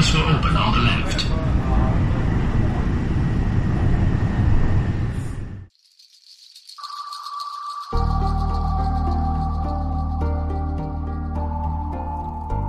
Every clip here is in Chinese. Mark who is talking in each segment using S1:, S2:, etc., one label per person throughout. S1: on the left.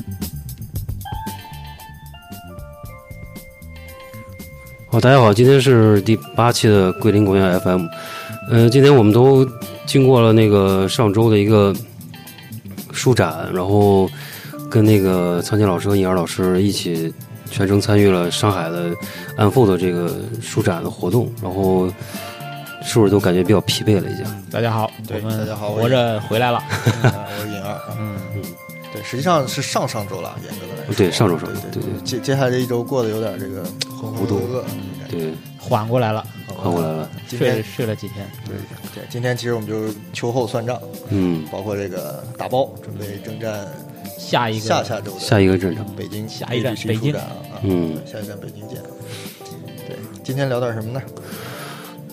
S2: 哦好，大家好，今天是第八期的桂林公园 FM。呃，今天我们都经过了那个上周的一个书展，然后跟那个苍井老师和颖儿老师一起全程参与了上海的 Unfold 这个书展的活动，然后是不是都感觉比较疲惫了？已经？啊
S3: 大家好，我
S4: 对
S3: 们
S4: 大家好我是
S3: 活着回 来了。
S4: 呃我是尹二。嗯，对，实际上是上上周了，严格的来说。
S2: 对上周上周对
S4: 对
S2: 对
S4: 接接下来这一周过得有点这个浑浑噩噩，感觉
S2: 对，
S3: 缓过来了，
S2: 换过来了。
S4: 嗯今
S3: 睡了
S4: 天
S3: 睡了几天，
S4: 对对，今天其实我们就是秋后算账，
S2: 嗯，
S4: 包括这个打包，准备征战
S3: 下一个
S4: 下下周的
S2: 下一个阵场，
S4: 北京
S3: 下一站
S4: 北
S3: 北京
S4: 展啊，
S2: 嗯
S4: 对下一站北京见。对，今天聊点什么呢？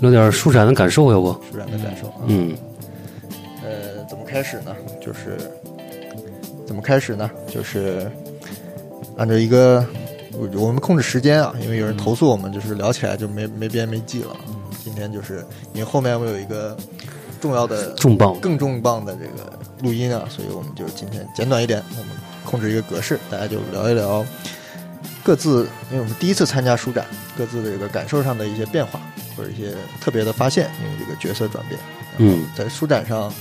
S2: 聊点书展的感受，要不？
S4: 舒展的感受啊。
S2: 嗯
S4: 呃，怎么开始呢？就是怎么开始呢？就是按照一个我我们控制时间啊，因为有人投诉我们，就是聊起来就没没边没际了。啊
S2: 嗯
S4: 今天就是因为后面我有一个重要的
S2: 重磅
S4: 更重磅的这个录音啊，所以我们就今天简短一点，我们控制一个格式，大家就聊一聊各自，因为我们第一次参加书展，各自的这个感受上的一些变化或者一些特别的发现，因为这个角色转变。
S2: 嗯
S4: 在书展上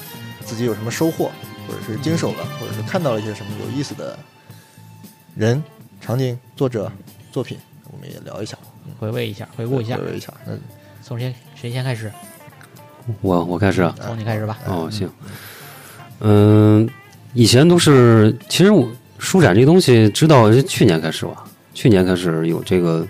S4: 自己有什么收获，或者是经手了，或者是看到了一些什么有意思的人、场景、作者、作品，我们也聊一下，
S3: 回味一下，回顾一下
S4: 交。流一下。嗯，
S3: 从谁谁先开始？
S4: 啊
S2: 我我开始啊。
S3: 从你开始吧。
S2: 哦，行，嗯，以前都是，其实我书展这东西知道是去年开始吧，去年开始有这个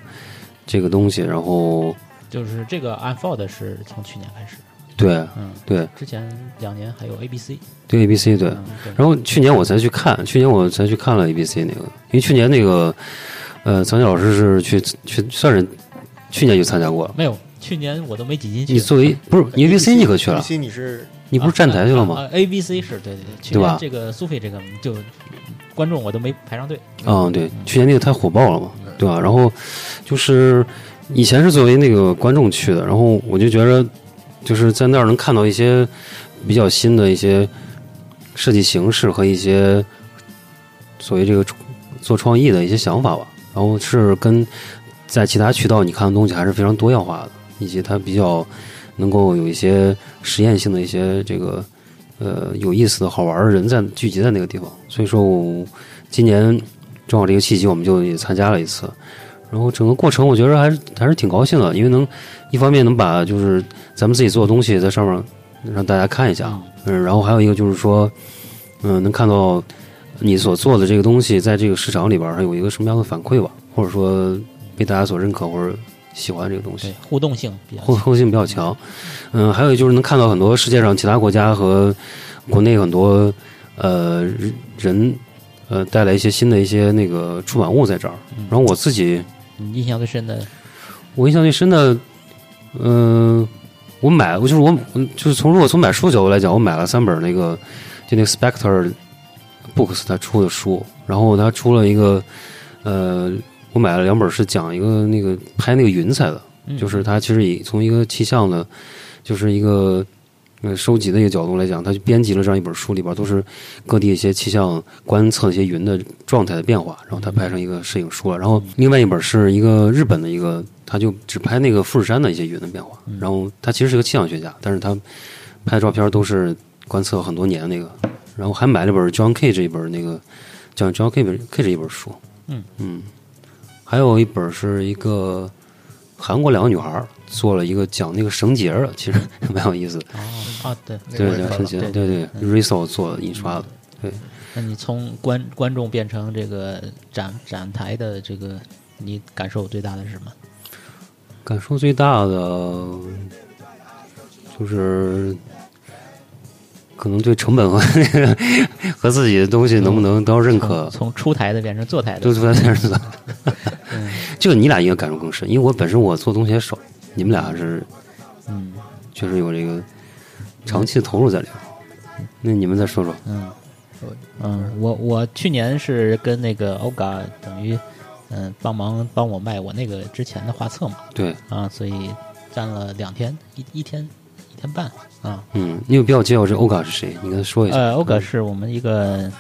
S2: 这个东西，然后
S3: 就是这个 Unfold 是从去年开始，
S2: 对
S3: 嗯，
S2: 对
S3: 之前两年还有 ABC，
S2: 对 A B C 对，
S3: 嗯，对，
S2: 然后去年我才去看，去年我才去看了 A B C 那个，因为去年那个呃，曹杰老师是去去算是去年就参加过了。
S3: 没有，去年我都没挤进去。
S2: 你作为不是 A B C 你可去了
S4: b，c 你是
S2: 你不是站台去了吗？
S3: 啊？ABC 是对对对，去
S2: 对吧
S3: 年这个苏菲这个就观众我都没排上队，
S2: 嗯，对，去年那个太火爆了嘛，对吧？然后就是以前是作为那个观众去的，然后我就觉着就是在那儿能看到一些比较新的一些设计形式和一些所谓这个做创意的一些想法吧。然后是跟在其他渠道你看的东西还是非常多样化的，以及它比较能够有一些实验性的一些这个呃有意思的好玩儿的人在聚集在那个地方。所以说我今年正好这个契机，我们就也参加了一次。然后整个过程，我觉得还是还是挺高兴的，因为能一方面能把就是咱们自己做的东西在上面让大家看一下，嗯，然后还有一个就是说，嗯，能看到你所做的这个东西在这个市场里边儿有一个什么样的反馈吧，或者说被大家所认可或者喜欢这个东西
S3: 对，。互动性比较
S2: 后后性比较强。嗯，还有就是能看到很多世界上其他国家和国内很多呃人呃带来一些新的一些那个出版物在这儿。然后我自己
S3: 你印象最深的
S2: 我印象最深的，嗯、我买我就是我就是从如果从买书角度来讲，我买了三本那个就那个 Spectre Books 他出的书，然后他出了一个呃，我买了两本是讲一个那个拍那个云彩的。
S3: 嗯
S2: 就是它其实以从一个气象的，就是一个呃收集的一个角度来讲，它就编辑了这样一本书，里边都是各地一些气象观测一些云的状态的变化，然后它拍成一个摄影书了。然后另外一本是一个日本的一个，他就只拍那个富士山的一些云的变化。
S4: 嗯
S2: 然后他其实是个气象学家，但是他拍照片都是观测很多年那个。然后还买了本 John K 这一本那个叫 John K 这一本书，
S3: 嗯
S2: 嗯，还有一本是一个韩国两个女孩儿做了一个讲那个绳结儿的，其实 蛮有意思的。
S3: 哦啊，对，
S4: 嗯那个
S2: 对
S4: 我
S2: 对，
S4: 也看
S2: 绳
S4: 了
S2: 结，
S3: 对
S2: 对对，Riso 做的印刷的，
S3: 那你从观观众变成这个展展台的这个，你感受最大的是什么？
S2: 感受最大的就是可能对成本和 和自己的东西能不能都认可，
S3: 从出台的变成坐台的
S2: 都，坐在那儿做。
S3: 嗯
S2: 这个你俩应该感受更深，因为我本身我做东西也少，你们俩还是
S3: 嗯
S2: 确实有这个长期的投入在里头。那你们再说说，
S3: 嗯
S4: 呃
S3: 嗯，我我去年是跟那个 OGA 等于嗯帮忙帮我卖我那个之前的画册嘛
S2: 对，
S3: 啊，所以站了两天一一天一天半啊。
S2: 嗯，你有必要介绍这 Oga 是谁？你跟他说一下。
S3: 呃，OGA 是我们一个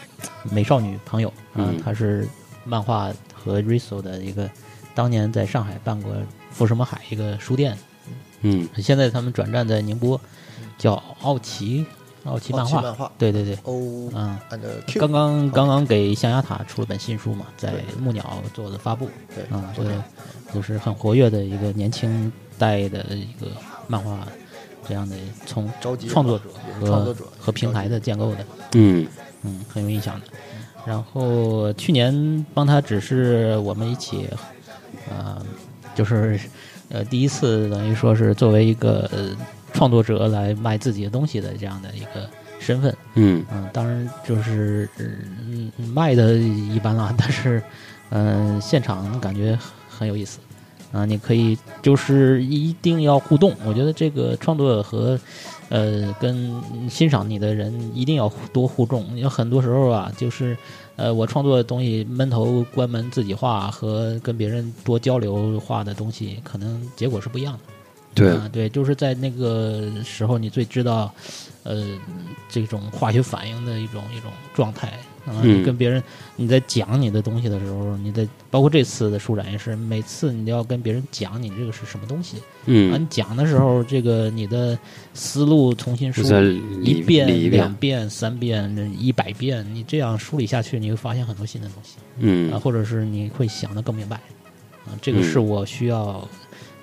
S3: 美少女朋友啊
S2: 嗯，
S3: 她是漫画和 Riso 的一个，当年在上海办过富士摩海一个书店
S2: 嗯
S3: 现在他们转战在宁波，叫奥奇奥奇漫画，
S4: 嗯漫画
S3: 对对对，
S4: O
S3: 嗯，
S4: and 呃
S3: 刚
S4: Q，
S3: 刚刚刚给象牙塔出了本新书嘛，在木鸟做的发布，
S4: 对
S3: 啊，这
S4: 昨天
S3: 个就是很活跃的一个年轻代的一个漫画这样的从
S4: 着急
S3: 创作者
S4: 也是
S3: 和
S4: 创作者
S3: 和平台的建构的，
S2: 嗯
S3: 嗯，很有印象的。然后去年帮他只是我们一起，呃，就是呃第一次等于说是作为一个、呃、创作者来卖自己的东西的这样的一个身份，
S2: 嗯
S3: 嗯、当然就是、嗯卖的一般啦，但是嗯、呃现场感觉很有意思。啊，你可以就是一定要互动，我觉得这个创作和呃跟欣赏你的人一定要互多互动。有很多时候啊，就是呃我创作的东西闷头关门自己画和跟别人多交流画的东西，可能结果是不一样的。
S2: 对
S3: 啊，对，就是在那个时候，你最知道，呃，这种化学反应的一种一种状态啊。
S2: 嗯
S3: 你跟别人你在讲你的东西的时候，你在包括这次的书展也是，每次你都要跟别人讲你这个是什么东西啊。
S2: 嗯，
S3: 你讲的时候，这个你的思路重新梳
S2: 就在
S3: 理
S2: 里
S3: 遍、
S2: 里一
S3: 两
S2: 遍，
S3: 遍、三遍、一百遍，你这样梳理下去，你会发现很多新的东西。啊，
S2: 嗯
S3: 或者是你会想得更明白，啊，这个
S2: 嗯
S3: 是我需要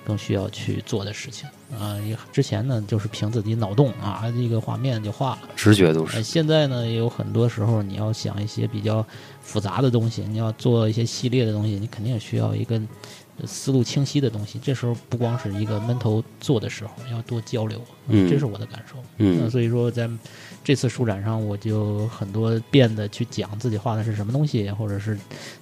S3: 更需要去做的事情啊。也之前呢，就是凭自己脑洞啊，一个画面就画了。
S2: 直觉都
S3: 呃，
S2: 是，
S3: 现在呢，也有很多时候你要想一些比较复杂的东西，你要做一些系列的东西，你肯定也需要一个呃思路清晰的东西。这时候不光是一个闷头做的时候，要多交流，啊
S2: 嗯
S3: 这是我的感受。那
S2: 嗯
S3: 所以说，在这次书展上，我就很多遍的去讲自己画的是什么东西，或者是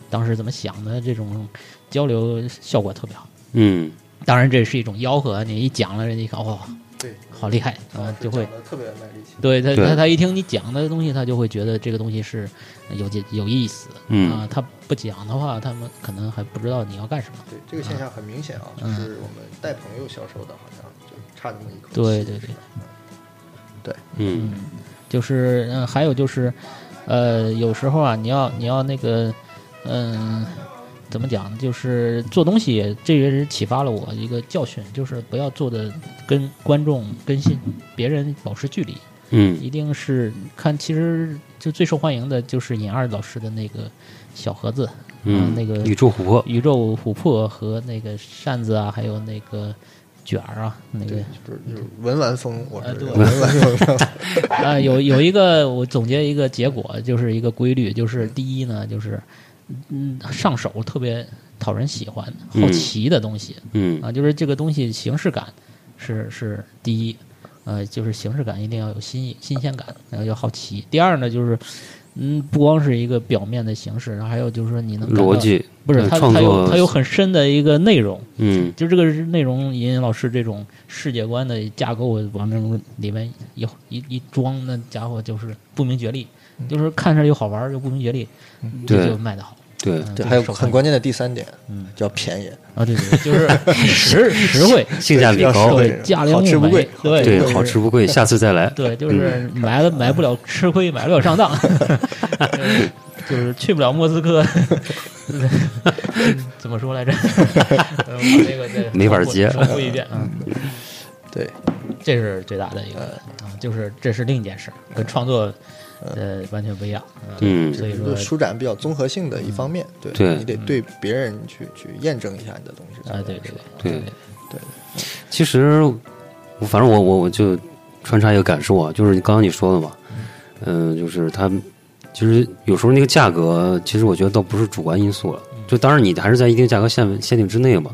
S3: 当时怎么想的，这种交流效果特别好。
S2: 嗯
S3: 当然，这是一种吆喝，啊你一讲了，人家一看，哇、
S4: 对，
S3: 好厉害
S4: 哦
S3: 啊、就会
S4: 讲得特别卖力气。
S3: 对他
S2: 对
S3: 他他一听你讲的东西，他就会觉得这个东西是有解有意思啊、
S2: 嗯
S3: 他不讲的话，他们可能还不知道你要干什么。
S4: 对，这个现象很明显啊，就是我们带朋友销售的，好像就差那么一口气。
S3: 对对对
S4: 是吧
S2: 嗯
S3: 嗯，就是嗯、呃还有就是，呃，有时候啊，你要你要那个，嗯、怎么讲？就是做东西，这也是启发了我一个教训，就是不要做的跟观众、跟新别人保持距离，
S2: 嗯
S3: 一定是看。其实就最受欢迎的就是尹二老师的那个小盒子，啊
S2: 嗯，
S3: 那个
S2: 宇宙琥珀，
S3: 宇宙琥珀和那个扇子啊，还有那个卷儿啊，那个
S4: 对，嗯就是就是文玩风，我
S3: 哎
S4: 是
S3: 对
S4: 文玩风。
S3: 啊、有有一个我总结一个结果，就是一个规律，就是第一呢，就是嗯，上手特别讨人喜欢、
S2: 嗯
S3: 好奇的东西
S2: 嗯
S3: 啊，就是这个东西形式感是是第一，呃，就是形式感一定要有新意、新鲜感，然后要好奇。第二呢，就是嗯，不光是一个表面的形式，然后还有就是你能感到
S2: 逻，辑，
S3: 不是
S2: 呃
S3: 它
S2: 创
S3: 它有
S2: 作
S3: 它有很深的一个内容，
S2: 嗯
S3: 就这个内容，尹老师这种世界观的架构往那种里面一一一装，那家伙就是不明觉厉，
S4: 嗯
S3: 就是看着又好玩儿又不明觉厉，这
S2: 对
S3: 就卖得好。
S2: 对，
S3: 嗯
S4: 对，
S3: 这
S4: 还有
S3: 个手
S4: 很
S3: 感
S4: 关键的第三点，
S3: 嗯
S4: 叫便宜，
S3: 啊，对对，对就是 实实惠，
S2: 性价比
S4: 要
S2: 高
S4: 社，会
S3: 对价廉
S4: 好
S3: 物
S4: 吃不
S3: 美
S4: 贵，嗯
S3: 对
S2: 对，
S3: 就是
S2: 好吃不贵，下次再来。
S3: 对，就是买了买不了吃亏，买不了上 当，就是就是去不了莫斯科， 嗯怎么说 来着？嗯我这个再
S2: 没法接
S3: 重复一遍啊。嗯
S4: 对，
S3: 这是最大的一个啊，就是这是另一件事，跟创作呃，完全不一样。
S2: 嗯
S3: 所以
S4: 就是
S3: 说
S4: 书展比较综合性的一方面，对
S2: 对
S4: 你得对别人去去验证一下你的东西
S3: 啊，对对
S2: 对
S3: 对，
S2: 其实，我反正我我我就穿插一个感受啊，就是刚刚你说的嘛，嗯、就是它其实有时候那个价格，其实我觉得倒不是主观因素了，
S3: 嗯
S2: 就当然你还是在一定价格限限定之内嘛。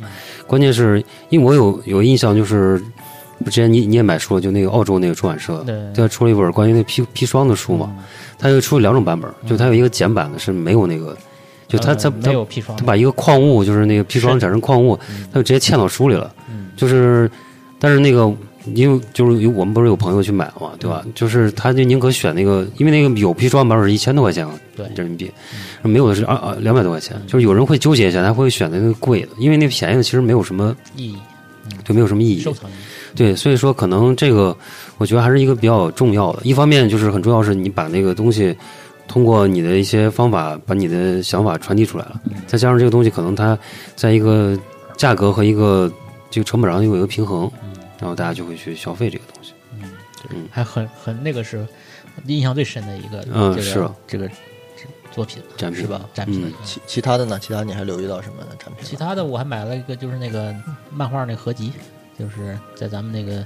S2: 关键是因为我有有印象，就是之前你你也买书了，就那个澳洲那个出版社，
S3: 对嗯
S2: 对，出了一本关于那砒砒霜的书嘛，它就出了两种版本，就它有一个简版的是没有那个，就它
S3: 呃
S2: 它它
S3: 嗯没有砒霜
S2: 他，把一个矿物，就是那个砒霜
S3: 是
S2: 产生矿物，他就直接嵌到书里了。
S3: 嗯
S2: 就是，但是那个，因为就是有我们不是有朋友去买嘛，对
S3: 嗯
S2: 吧？就是他就宁可选那个，因为那个有砒霜版本是一千多块钱啊，
S3: 对
S2: 人民币，
S3: 嗯
S2: 没有的是二二两百多块钱。就是有人会纠结一下，他会选那个贵的，因为那便宜的其实没有什么，
S3: 意
S2: 就没有什么意
S3: 义
S2: 义
S3: 收。藏意义。
S2: 对，所以说可能这个，我觉得还是一个比较重要的。一方面就是很重要是你把那个东西通过你的一些方法，把你的想法传递出来了，再加上这个东西可能它在一个价格和一个这个成本上又有一个平衡，然后大家就会去消费这个东西。
S3: 还很很那个是印象最深的一个，
S2: 嗯
S3: 这个
S2: 是啊
S3: 这个作品
S2: 展品
S3: 是吧？展品、
S2: 嗯
S4: 其其他的呢？其他你还留意到什么产品？
S3: 其他的我还买了一个，就是那个漫画那合集，就是在咱们那个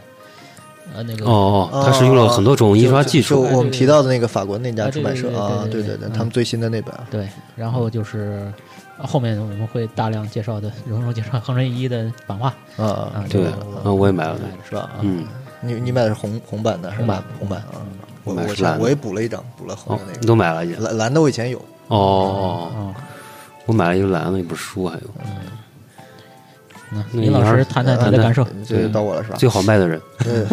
S3: 呃那个
S2: 哦哦，它是用了很多种印刷技
S4: 啊就
S2: 术，
S3: 哎
S4: 我们提到的那个法国那家出版社
S3: 啊
S4: 啊，
S3: 对
S4: 对
S3: 对对对对
S4: 对，
S3: 嗯
S4: 他们最新的那本啊，
S3: 对，然后就是呃后面我们会大量介绍的，隆重介绍 横春一的版画
S4: 啊
S3: 啊，，
S2: 对
S3: 这个，
S2: 嗯，我也买了，
S4: 是吧？啊，
S2: 嗯，
S4: 你你买的是红红版的还是
S3: 红版
S4: 红版啊？我
S2: 买的
S4: 我
S2: 是蓝
S4: 前
S2: 的
S4: 我也补了一张，补了红
S2: 嗯哦
S4: 的，那
S2: 你
S4: 个
S2: 都买了也，
S4: 蓝蓝的我以前有，
S2: 哦哦，哦
S3: 嗯，
S2: 我买了一个蓝的一本书，还有
S3: 那
S2: 那你
S3: 林老
S2: 还
S3: 师
S2: 是
S3: 谈谈
S4: 呃
S3: 你的感受，
S4: 这就到我了是吧？
S2: 最好卖的人，
S4: 对，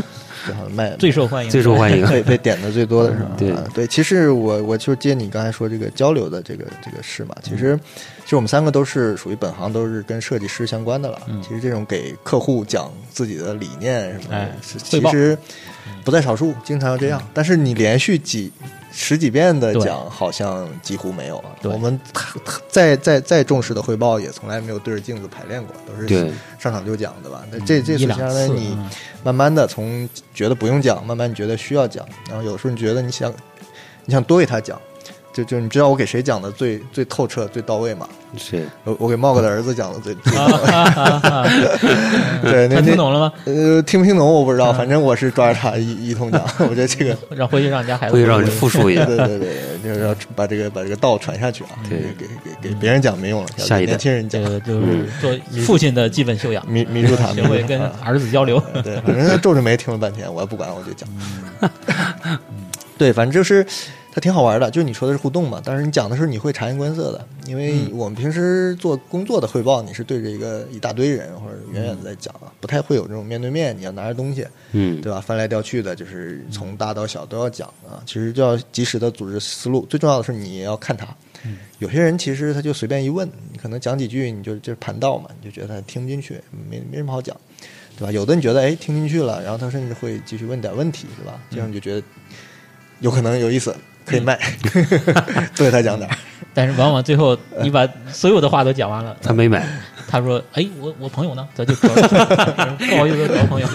S4: 最好卖
S3: 最受欢迎，
S2: 最受欢迎，
S4: 被被点的最多的是吧？
S2: 对
S4: 啊对，其实我我就接你刚才说这个交流的这个这个事嘛，其实其实我们三个都是属于本行，都是跟设计师相关的了。其实这种给客户讲自己的理念什么的
S3: 哎，
S4: 是
S3: 汇
S4: 其
S3: 报
S4: 实不在少数，经常要这样。但是你连续几十几遍的讲，好像几乎没有啊。
S3: 对
S4: 我们再再再重视的汇报，也从来没有对着镜子排练过，都是
S2: 对
S4: 上场就讲，对吧？那这这
S3: 一
S4: 次
S3: 两
S4: 相当于
S3: 次，
S4: 你。
S3: 嗯
S4: 慢慢的从觉得不用讲，慢慢你觉得需要讲，然后有时候你觉得你想你想多给他讲，就就你知道我给谁讲的最最透彻、最到位嘛？
S2: 是
S4: 我我给茂哥的儿子讲的最最到
S3: 啊哈哈 哈
S4: 位， 对，那
S3: 他听
S4: 那
S3: 懂了吗？嗯
S4: 呃听不听懂我不知道，反正我是抓着他一一通讲， 我觉得这个
S3: 让回去让你家孩子
S2: 会让你复述一下
S4: 对。对对对，就是要把这个把这个道传下去啊，
S2: 对
S4: 给给给别人讲没用了，要
S2: 下一代
S4: 给年轻人
S3: 这
S4: 讲，
S3: 个呃就是
S2: 嗯
S3: 做父亲的基本修养，
S4: 迷迷住他， 迷
S3: 学
S4: 住
S3: 会
S4: 他
S3: 跟
S4: 啊
S3: 儿子交流。
S4: 对，反正他皱着眉听了半天，我也不管，我就讲。对，反正就是它挺好玩的，就是你说的是互动嘛，但是你讲的时候你会察言观色的，因为我们平时做工作的汇报，你是对着一个一大堆人或者远远的在讲啊，不太会有这种面对面，你要拿着东西，
S2: 嗯，
S4: 对吧？翻来调去的，就是从大到小都要讲啊。其实就要及时的组织思路，最重要的是你要看他。有些人其实他就随便一问，你可能讲几句你就就是盘道嘛，你就觉得他听不进去，没没什么好讲，对吧？有的你觉得哎听进去了，然后他甚至会继续问点问题，对吧？这样你就觉得有可能有意思，可以
S3: 嗯
S4: 卖，对他讲点儿。
S3: 但是往往最后你把所有的话都讲完了，
S2: 他没买，
S3: 他说：“哎，我我朋友呢？”咱就找不好意思找朋友。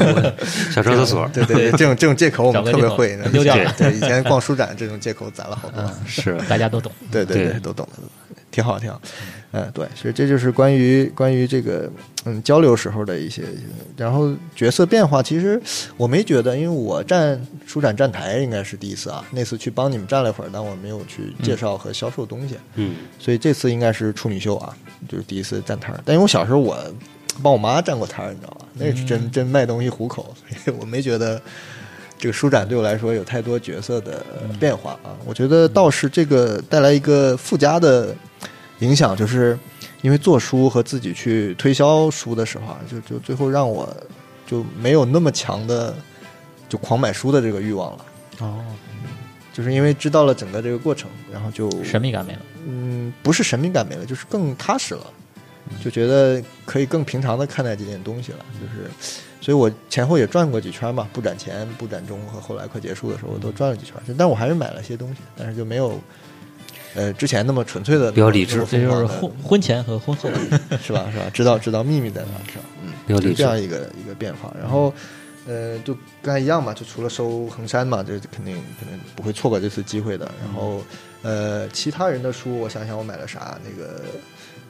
S2: 想上厕所，
S4: 对对对，这种这种借口我
S3: 找个
S4: 们特别
S3: 借口
S4: 会，
S3: 丢掉了
S4: 对，以前逛书展这种借口攒了好多。
S2: 是
S3: 大家都懂。
S4: 对对
S2: 对
S4: 对，都懂了，挺好挺好。嗯，对，所以这就是关于关于这个嗯交流时候的一些，然后角色变化，其实我没觉得，因为我站书展站台应该是第一次啊，那次去帮你们站了一会儿，但我没有去介绍和销售东西，
S2: 嗯，
S4: 所以这次应该是处女秀啊，就是第一次站摊儿。但因为我小时候我帮我妈站过摊儿，你知道吧？那是
S2: 嗯
S4: 真真卖东西糊口，所以我没觉得这个书展对我来说有太多角色的变化啊。我觉得倒是这个带来一个附加的影响，就是因为做书和自己去推销书的时候啊，就就最后让我就没有那么强的就狂买书的这个欲望了。
S3: 哦，
S4: 就是因为知道了整个这个过程，然后就
S3: 神秘感没了。
S4: 嗯，不是神秘感没了，就是更踏实了，
S2: 嗯
S4: 就觉得可以更平常的看待这件东西了。就是，所以我前后也转过几圈嘛，不展前、不展中和后来快结束的时候，我都转了几圈。但我还是买了些东西，但是就没有呃之前那么纯粹的那种，
S2: 比较理智
S4: 那么
S3: 这
S4: 疯
S3: 就
S4: 狂
S3: 是
S4: 的
S3: 婚婚前和婚后。
S4: 是吧？是吧？知道知道秘密在哪儿是吧？嗯，
S2: 比较理
S4: 就
S2: 智
S4: 这样一个一个变化。然后，呃，就刚才一样嘛，就除了收衡山嘛，这肯定肯定不会错过这次机会的。然后，呃，其他人的书，我想想我买了啥？那个，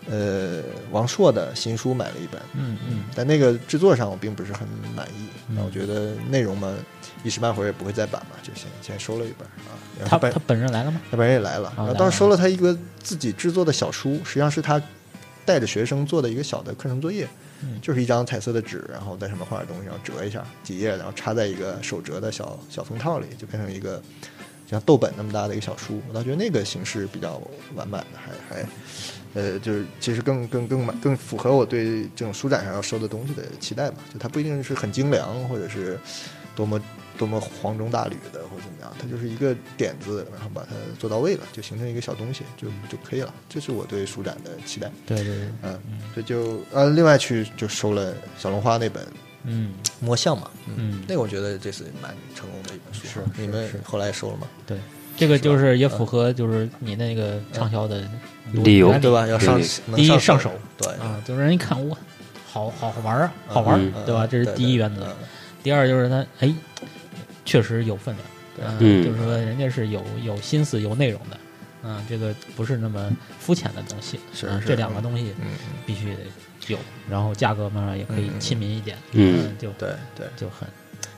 S4: 呃，王朔的新书买了一本，
S3: 嗯嗯
S4: 但那个制作上我并不是很满意。那我觉得内容嘛，一时半会儿也不会再版嘛，就先先收了一本啊。然
S3: 他
S4: 后本
S3: 他本人来了吗？
S4: 要不然也来了。然后当时收了他一个自己制作的小书，实际上是他带着学生做的一个小的课程作业，
S3: 嗯
S4: 就是一张彩色的纸，然后在上面画点东西，然后折一下几页，然后插在一个手折的小小封套里，就变成一个像豆本那么大的一个小书。我倒觉得那个形式比较完满的，还还。呃，就是其实更更更满更符合我对这种书展上要收的东西的期待吧。就它不一定是很精良，或者是多么多么黄钟大吕的，或者怎么样，它就是一个点子，然后把它做到位了，就形成一个小东西就就可以了。这是我对书展的期待。
S3: 对对对，
S4: 嗯，这就呃，另外去就收了小龙花那本《
S3: 嗯
S4: 摸象》嘛，
S3: 嗯
S4: 那个我觉得这是蛮成功的一本书。
S3: 是是
S4: 你们
S3: 是
S4: 后来也收了吗？
S3: 对，这个就是
S4: 嗯
S3: 也符合就是你那个畅销的
S2: 理由
S4: 对吧？要上
S2: 对
S4: 能
S3: 第一
S4: 上
S3: 上手，
S4: 对，
S3: 啊，就是人一看哇，好好玩儿啊，好玩
S2: 嗯
S3: 儿，对吧？这是第一原则。
S4: 嗯
S3: 第二就是他哎，确实有分量，
S4: 对
S3: 呃
S2: 嗯
S3: 就是说人家是有有心思、有内容的，嗯、这个不是那么肤浅的东西，
S4: 是
S3: 啊
S4: 是
S3: 这两个东西
S4: 嗯，
S3: 必须得有，然后价格嘛也可以亲民一点，啊
S2: 嗯，
S3: 就
S4: 对对。
S3: 就很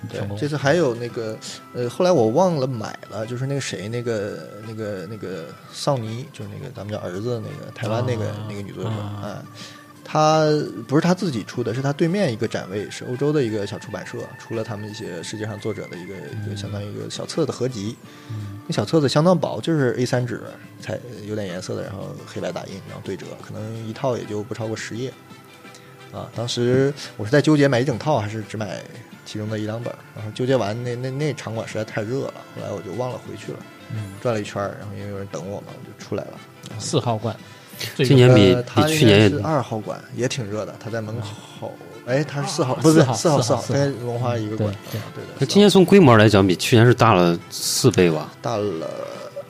S4: 对
S3: 成功，
S4: 这次还有那个，呃，后来我忘了买了，就是那个谁，那个那个那个少尼，就是那个咱们叫儿子那个台湾那个、
S3: 啊
S4: 那个女作者，
S3: 啊
S4: 嗯，她不是她自己出的，是她对面一个展位，是欧洲的一个小出版社出了他们一些世界上作者的一个、一个相当于一个小册子合集，
S3: 嗯
S4: 那小册子相当薄，就是 A 3纸，才有点颜色的，然后黑白打印，然后对折，可能一套也就不超过十页。啊，当时我是在纠结买一整套还是只买其中的一两本儿，然后纠结完那那那场馆实在太热了，后来我就忘了回去了，
S3: 嗯
S4: 转了一圈儿，然后因为有人等我嘛，我就出来了。
S3: 四号罐，最
S2: 今年比
S4: 呃它
S2: 比
S4: 应
S2: 去
S4: 该
S2: 年
S4: 是
S2: 也
S4: 二号馆，也挺热的，他在门口，哎，他是四号，
S3: 啊
S4: 不是
S3: 四号
S4: 四号，
S3: 四
S4: 四
S3: 号
S4: 号，
S3: 四号嗯
S4: 跟龙华一个
S3: 对
S4: 馆，
S3: 对
S4: 对的。
S2: 那
S4: 四号
S2: 今年从规模来讲，比去年是大了四倍吧？
S4: 大了，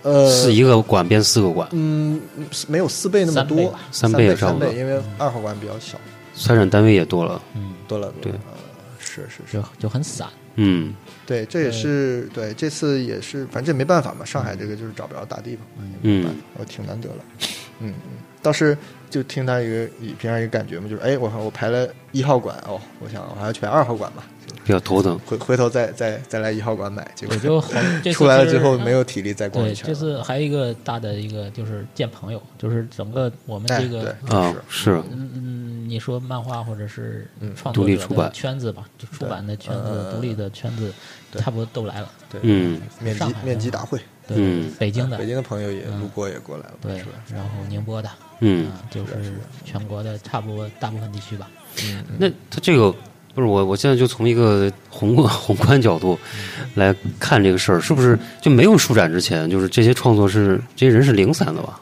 S4: 呃，
S2: 是一个馆变四个馆，
S4: 嗯，没有四倍那么
S3: 三倍
S4: 多
S3: 吧，
S2: 三
S4: 三
S2: 倍也差
S4: 三
S2: 不多
S4: 倍，因为二号馆比较小，
S2: 参展单位也多了。
S3: 嗯，
S4: 多了，
S2: 对
S4: 呃是是是
S3: 就，就很散，
S2: 嗯，
S4: 对，这也是对，这次也是，反正这没办法嘛，上海这个就是找不着大地方嘛，也没办法，我挺难得了，嗯，嗯倒是就听他一个以平常一个感觉嘛，就是哎，我我排了一号馆哦，我想我还要去排二号馆嘛，就
S2: 比较头疼。
S4: 回回头再再再来一号馆买，结
S3: 也就
S4: 果
S3: 好。 这次
S4: 出来了
S3: 其
S4: 之
S3: 实
S4: 后没有体力再逛
S3: 对，
S4: 一圈
S3: 这
S4: 了，
S3: 次还有一个大的一个就是见朋友，就是整个我们
S4: 哎
S3: 这个、
S4: 对
S2: 啊，是，
S3: 嗯嗯，你说漫画或者是
S4: 嗯
S3: 创
S2: 独
S3: 作
S2: 立
S3: 者
S2: 出
S3: 的
S2: 版
S3: 圈子吧，就出版的圈
S4: 嗯嗯
S3: 子、
S4: 嗯
S3: 独立的圈子，
S4: 对
S3: 差不多都来了。
S4: 对，
S2: 嗯
S4: 面
S3: 上
S4: 积
S3: 海的
S4: 面积大会，啊
S3: 对，
S2: 嗯
S3: 北京的，
S4: 北京的朋友也
S3: 嗯
S4: 路过也过来了，
S3: 对
S4: 是吧？，
S3: 然后宁波的，
S2: 嗯，
S3: 啊，就是全国的差不多大部分地区吧。
S4: 嗯，
S2: 那他这个不是我，我现在就从一个宏观宏观角度来看这个事儿，是不是就没有书展之前，就是这些创作是这些人是零散的吧？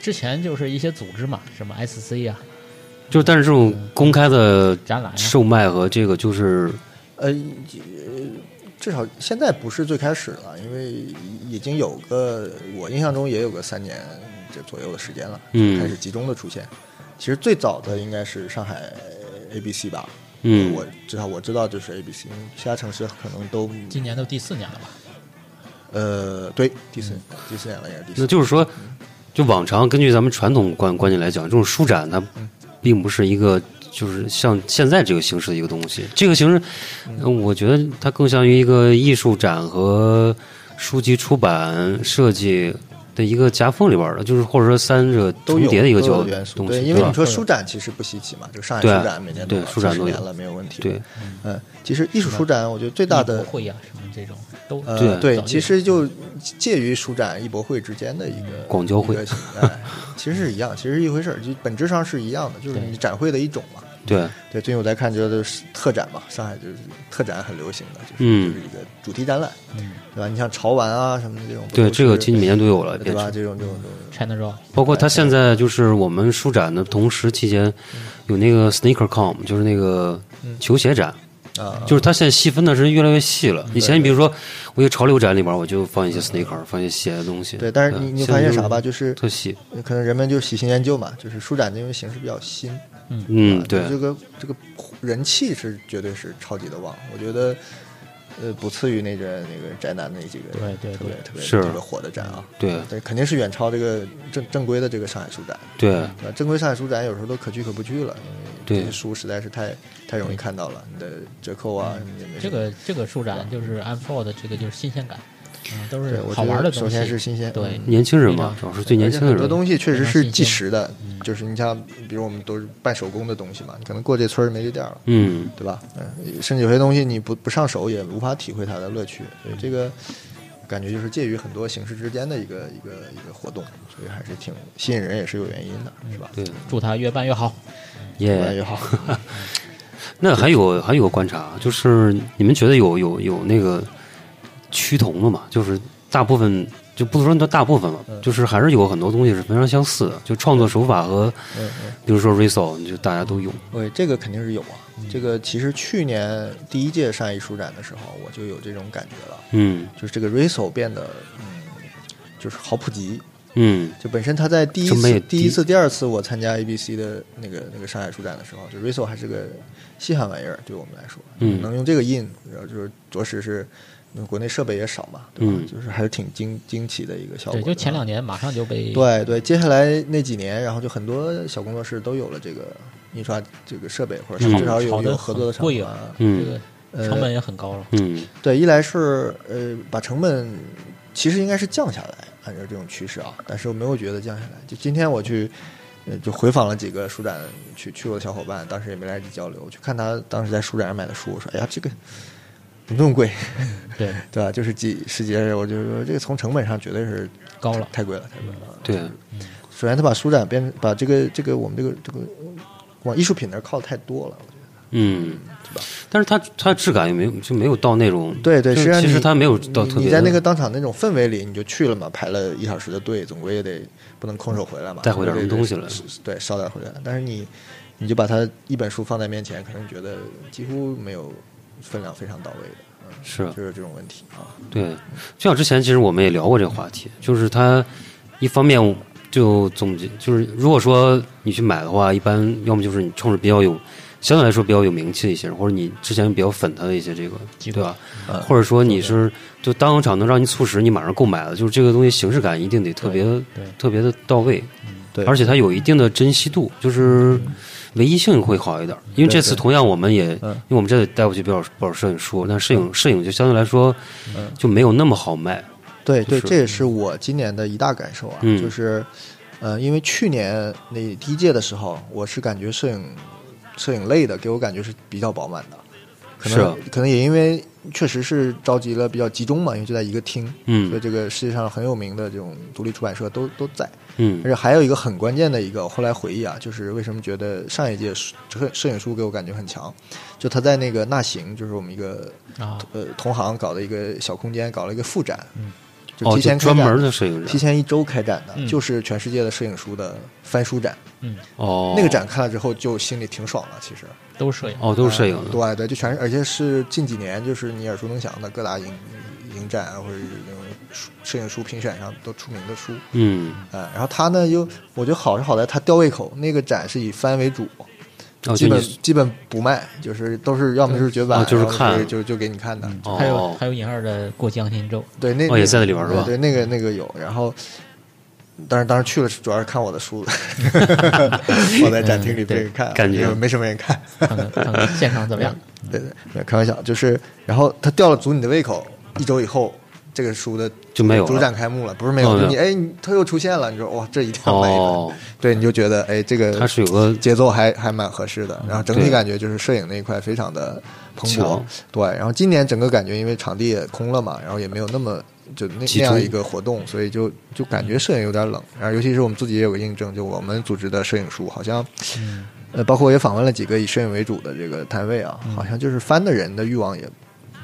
S3: 之前就是一些组织嘛，什么 SC 啊、
S2: 就但是这种公开的
S3: 展览啊，
S2: 售卖和这个就是
S4: 呃，至少现在不是最开始了，因为已经有个我印象中也有个三年这左右的时间了，
S2: 嗯
S4: 开始集中的出现。其实最早的应该是上海 ABC 吧，
S2: 嗯
S4: 我至少我知道就是 ABC，因为其他城市可能都
S3: 今年都第四年了吧？
S4: 呃对第四、第四年了应该是第四
S2: 那就是说，就往常根据咱们传统观观念来讲，这种书展它并不是一个就是像现在这个形式的一个东西。这个形式，呃我觉得它更像于一个艺术展和书籍出版设计的一个夹缝里边儿的，就是或者说三者
S4: 都
S2: 重
S4: 有
S2: 叠的一个
S4: 都
S2: 角
S4: 有元素，
S2: 东西，
S4: 对，因为
S2: 吧
S4: 你说书展其实不稀奇嘛，就上海
S2: 对啊
S4: 书展每年都
S2: 对
S4: 有
S2: 书展
S4: 几十
S2: 都有
S4: 年了没有问题，
S2: 对，
S4: 嗯，其实艺术书展我觉得最大
S3: 艺
S4: 的
S3: 博会啊，什么这种都
S4: 呃，
S2: 嗯对
S4: 对，其实就介于书展、艺博会之间的一个
S2: 嗯广交会
S4: 一个 哎，其实是一样，其实是一回事儿，就本质上是一样的，就是
S3: 对
S4: 你展会的一种嘛。
S2: 对，
S4: 对，最近我在看就是特展嘛，上海就是特展很流行的，就是、
S2: 嗯
S4: 就是一个主题展览，
S3: 嗯
S4: 对吧？你像潮玩啊什么的这种，
S2: 对，
S4: 都是
S2: 这个今年每年都有了，
S4: 对
S2: 变
S4: 吧？
S2: 成。
S4: 这种这种这种，
S3: ，China Rock，
S2: 包括它现在就是我们书展的同时期间，有那个 sneaker com，就是那个球鞋展，
S4: 啊，
S2: 就是它现在细分的是越来越细了。以前你比如说，我一个潮流展里边，我就放一些 sneaker，放一些鞋的东西。嗯
S4: 对，但是你你发现啥吧？就是
S2: 特细，
S4: 可能人们就喜新厌旧嘛，就是书展这种形式比较新，
S2: 嗯
S4: 啊，
S2: 对，
S4: 这个这个人气是绝对是超级的旺，我觉得呃不次于那个那个宅男那几个
S3: 对对
S4: 特别
S3: 对
S4: 特别
S2: 是嗯
S4: 特别火的展啊，
S2: 对
S4: 对，肯定是远超这个正正规的这个上海书展，
S2: 对
S4: 对吧？正规上海书展有时候都可去可不去了，因
S2: 对
S4: 为这些书实在是太太容易看到了，你的折扣啊什么的也没什
S3: 这
S4: 么。
S3: 个这个书展就是 unfold 这个就是新鲜感，嗯，都
S4: 对
S3: 是，
S4: 我
S3: 好
S4: 觉得
S3: 玩的东西。
S4: 首先是新鲜，
S3: 对
S4: 嗯
S2: 年轻人嘛，主要是最年轻的
S4: 而且很多
S2: 人。
S4: 东西确
S3: 非
S4: 实
S3: 常
S4: 是
S3: 新
S4: 即
S3: 鲜
S4: 时的，就是你像，比如我们都是办手工的东西嘛，你可能过这村儿没这店儿了，
S2: 嗯，
S4: 对吧？嗯，甚至有些东西你不不上手也无法体会它的乐趣，所以这个感觉就是介于很多形式之间的一个一个一个活动，所以还是挺吸引人，也是有原因的，是吧？
S2: 对，
S3: 祝它越办越好。
S4: 越来
S2: 耶。
S4: 越好。
S2: 那还有还有个观察，就是你们觉得有有有那个趋同的嘛？就是大部分就不说大部分了，
S4: 嗯
S2: 就是还是有很多东西是非常相似的，就创作手法和
S4: 嗯嗯，
S2: 比如说 r i s o 就大家都有。
S4: 对，这个肯定是有啊。
S2: 嗯
S4: 这个其实去年第一届上艺书展的时候，我就有这种感觉了，
S2: 嗯
S4: 就是这个 riso 变得嗯，就是好普及，
S2: 嗯
S4: 就本身他在第一
S2: 就没有
S4: 次、第
S2: 第
S4: 一次、第二次我参加 ABC 的那个那个上海书展的时候，就 Riso 还是个稀罕玩意儿，对我们来说，
S2: 嗯
S4: 能用这个印，然后就是着实是，嗯国内设备也少嘛，对吧？
S2: 嗯
S4: 就是还是挺惊惊奇的一个效果
S3: 对，
S4: 的。
S3: 就
S4: 啊
S3: 前两年马上就被
S4: 对对，接下来那几年，然后就很多小工作室都有了这个印刷这个设备，或者
S2: 嗯
S4: 是至少
S3: 炒
S4: 有
S3: 得
S4: 有合作的厂
S3: 贵
S4: 商
S3: 啊
S4: 啊。
S3: 这
S2: 嗯
S3: 个成本也很高了。
S2: 嗯
S4: 对，一来是呃把成本其实应该是降下来，按照这种趋势啊，但是我没有觉得降下来。就今天我去，呃，就回访了几个书展去去过的小伙伴，当时也没来得及交流，我去看他当时在书展上买的书，我说哎呀这个。怎么这么贵，
S3: 对，
S4: 对吧？就是几十几，我就说这个从成本上绝对是
S3: 高了
S4: 太贵了，太贵了。
S2: 对，
S4: 首先，他把书展变，把这个这个我们这个这个往艺术品那儿靠得太多了，我觉得
S2: 嗯，但是它它质感也没有就没有到那种
S4: 对对，
S2: 就
S4: 实际上
S2: 其实
S4: 你
S2: 它没有到特别
S4: 你
S2: 的
S4: 你在那个当场那种氛围里，你就去了嘛，排了一小时的队，总归也得不能空手回来嘛，
S2: 带回点
S4: 对
S2: 什么
S4: 对
S2: 东西来
S4: 是是对，捎点回来。但是你你就把它一本书放在面前，可能觉得几乎没有分量非常到位的，嗯，
S2: 是啊
S4: 就是这种问题啊，
S2: 对，就像之前其实我们也聊过这个话题，就是它一方面就总结，就是如果说你去买的话，一般要么就是你冲着比较有相对来说比较有名气的一些人，或者你之前比较粉他的一些这个，
S3: 机
S2: 对
S3: 构
S2: 吧？或者说你是就当场能让你促使你马上购买的，就是这个东西形式感一定得特别的
S3: 对对
S2: 特别的到位，
S4: 对，
S2: 而且它有一定的珍惜度，就是唯一性会好一点儿。因为这次同样我们也，因为我们这次带过去不少不少摄影书，但摄影摄影就相对来说就没有那么好卖。
S4: 对对，
S2: 是
S4: 这也是我今年的一大感受啊，
S2: 嗯
S4: 就是，呃，因为去年那第一届的时候，我是感觉摄影摄影类的给我感觉是比较饱满的，可
S2: 是
S4: 能
S2: 啊
S4: 可能也因为确实是召集了比较集中嘛，因为就在一个厅，所以
S2: 嗯
S4: 这个世界上很有名的这种独立出版社都都在，而
S2: 嗯
S4: 且还有一个很关键的一个，我后来回忆啊，就是为什么觉得上一届摄摄影书给我感觉很强，就他在那个纳行，就是我们一个
S3: 啊，
S4: 呃同行搞的一个小空间，搞了一个副展，
S3: 嗯
S4: 就
S2: 哦，
S4: 提
S2: 就
S4: 前开
S2: 专
S4: 展、
S2: 门的摄影
S4: 提
S2: 人
S4: 前一周开展的，
S3: 嗯
S4: 就是全世界的摄影书的翻书展。
S3: 嗯，
S2: 哦，
S4: 那个展看了之后，就心里挺爽了。其实
S3: 都摄影。
S2: 哦都是摄影的，
S4: 对对，就全是，而且是近几年就是你耳熟能详的各大影影展啊，或者是那种书摄影书评选上都出名的书。
S2: 嗯，
S4: 嗯，然后他呢又，我觉得好是好在他吊胃口，那个展是以翻为主，
S2: 哦，
S4: 基
S2: 就
S4: 本
S2: 你
S4: 基本不卖，就是都是要么就是绝版，
S2: 哦就是
S4: 要么
S2: 看
S4: 就就给你看的。
S3: 还有、
S2: 哦
S3: 还有尹二的《过江心舟》，
S4: 对，那
S2: 哦也在那里边是吧
S4: 对，对那个那个有，然后。当然，当时去了，主要是看我的书， 我在展厅里被人看，
S2: 嗯感觉
S4: 没什么人看。
S3: 看看看看现场怎么样？
S4: 对对，没有开玩笑，就是，然后他吊了足你的胃口，一周以后，这个书的
S2: 就没有了
S4: 主展开幕了，不是没有，
S2: 哦
S4: 就
S2: 没
S4: 你
S2: 有
S4: 哎，你他又出现了，你说哇，这一定要买一本，
S2: 哦
S4: 对，你就觉得哎，这个
S2: 它是有个嗯
S4: 节奏还还蛮合适的，然后整体
S2: 对
S4: 感觉就是摄影那一块非常的蓬勃
S2: 强，
S4: 对，然后今年整个感觉因为场地也空了嘛，然后也没有那么就那
S2: 集
S4: 那
S2: 中
S4: 样一个活
S2: 嗯
S4: 动，所以就就感觉摄影有点冷，然后尤其是我们自己也有个印证，就我们组织的摄影书好像。
S2: 嗯嗯
S4: 呃，包括我也访问了几个以摄影为主的这个摊位啊，好像就是翻的人的欲望也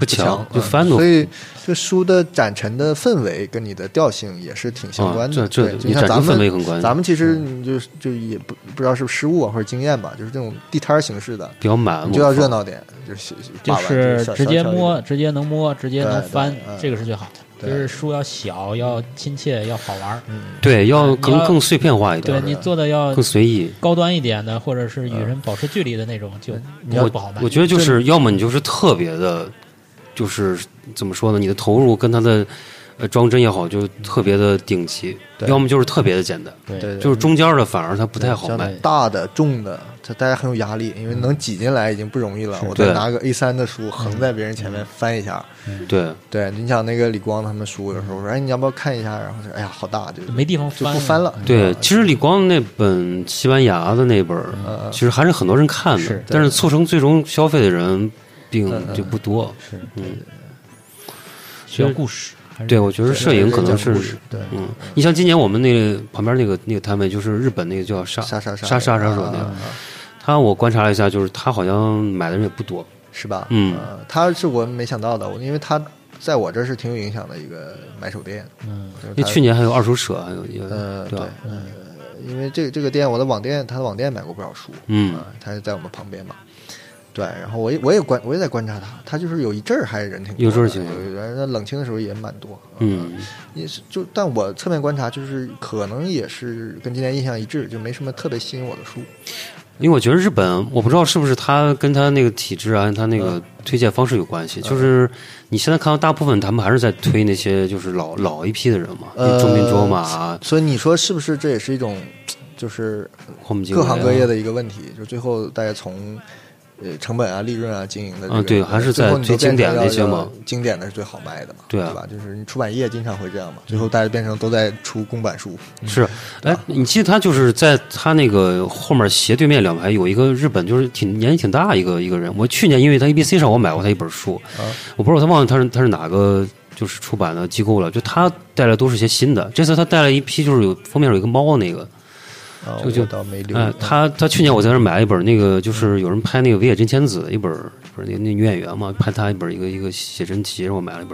S2: 不
S4: 强
S2: 强，，就翻
S4: 嗯
S2: 动
S4: 所。以这书的展陈的氛围跟你的调性也是挺相
S2: 啊
S4: 关，
S2: 这
S4: 的。
S2: 这
S4: 对就
S2: 你
S4: 像
S2: 展
S4: 咱
S2: 示氛围
S4: 们
S2: 很关系嗯
S4: 咱，们其实你就是就也不不知道是不是失误啊或者经验吧，就是这种地摊儿形式的，
S2: 比较满，
S4: 你就要热。闹点，就是
S3: 就
S4: 把玩
S3: 是
S4: 小
S3: 直接。
S4: 小
S3: 摸，直接能摸，直接能
S4: 对
S3: 翻
S4: 对，嗯
S3: 这个是最好的。
S4: 对
S3: 就是书要小，要亲切，要好玩儿。
S2: 对，要更
S3: 你要
S2: 更碎片化一
S3: 对
S2: 点，
S3: 你做的要
S2: 更随意。
S3: 高端一点的，或者是与人保持距离的那种，就不会不好卖
S2: 呃我。觉得就是，要么你就是特别的，就是怎么说呢？你的投入跟它的呃装帧也好，就特别的顶级；
S4: 对
S2: 要么就是特别的简单，
S4: 小对，
S2: 就是中间的反而它不太好
S4: 像
S2: 卖。
S4: 大的、重的，它大家很有压力，因为能挤进来已经不容易了。我再
S2: 对嗯
S4: 拿个 A 三的书横在别人前面翻一下，
S2: 对，
S4: 对你想那个李光他们书，有时
S2: 嗯
S4: 候我说哎你要不要看一下，然后就哎呀好大，就
S3: 没地方
S4: 就
S3: 翻，啊
S4: 不翻。了。
S2: 对，其实李光那本西班牙的那本儿，
S4: 嗯
S2: 其实还是很多人看的
S3: 是，
S2: 但是促成最终消费的人并
S4: 嗯
S2: 就不多。
S3: 是
S2: 嗯，
S3: 需要故事，还是
S2: 对，我觉得摄影可能
S4: 讲故
S2: 是
S4: 事，对
S2: 嗯，你像今年我们那个旁边那个那个摊位，就是日本那个叫沙
S4: 杀杀
S2: 沙沙杀手那
S4: 啊
S2: 个，他我观察了一下，就是他好像买的人也不多。
S4: 是吧？
S2: 嗯
S4: 呃他是我没想到的，我因为他在我这儿是挺有影响的一个买手店。
S3: 嗯，
S2: 那去年还有二手舍，啊还有一个
S4: 呃
S2: 对
S4: 对
S2: 吧？
S4: 呃，因为这个这个店，我的网店，他的网店买过不少书，
S2: 嗯
S4: 啊，他是在我们旁边嘛。对，然后我也我也观我也在观察他，他就是有一阵儿还人挺多的
S2: 有阵儿挺多
S4: 有一阵儿那冷清的时候也蛮多，啊
S2: 嗯，
S4: 也是就但我侧面观察，就是可能也是跟今年印象一致，就没什么特别吸引我的书，
S2: 因为我觉得日本，我不知道是不是他跟他那个体制啊，他那
S4: 嗯
S2: 个推荐方式有关系。就是你现在看到大部分他们还是在推那些就是老老一批的人嘛，
S4: 呃
S2: 中啊滨卓马、
S4: 所以你说是不是这也是一种就是
S2: 荒木经惟
S4: 各
S2: 啊
S4: 行各业的一个问题，就最后大家从呃成本啊、利润啊、经营的这个
S2: 啊对还是在
S4: 最后你都
S2: 最经典的
S4: 变
S2: 那
S4: 成
S2: 些
S4: 要
S2: 嘛
S4: 要经典的是最好卖的嘛，
S2: 对啊嗯
S4: 吧？就是你出版业经常会这样嘛，最后大家变成都在出公版书，
S2: 是，哎，你记得他就是在他那个后面斜对面两排有一个日本，就是挺年纪挺大一个一个人。我去年因为他 ABC 上我买过他一本书，
S4: 啊
S2: 我不知道他忘了他是他是哪个就是出版的机构了。就他带来都是些新的，这次他带来一批就是有封面有一个猫那个，
S4: 啊，
S2: 就就
S4: 我倒没留意。
S2: 哎，他他去年我在那儿买了一本那
S4: 嗯
S2: 个就是有人拍那个尾野真千子的一本，不是那那女演员嘛，拍她一本一个一个写真集，然后我买了一本，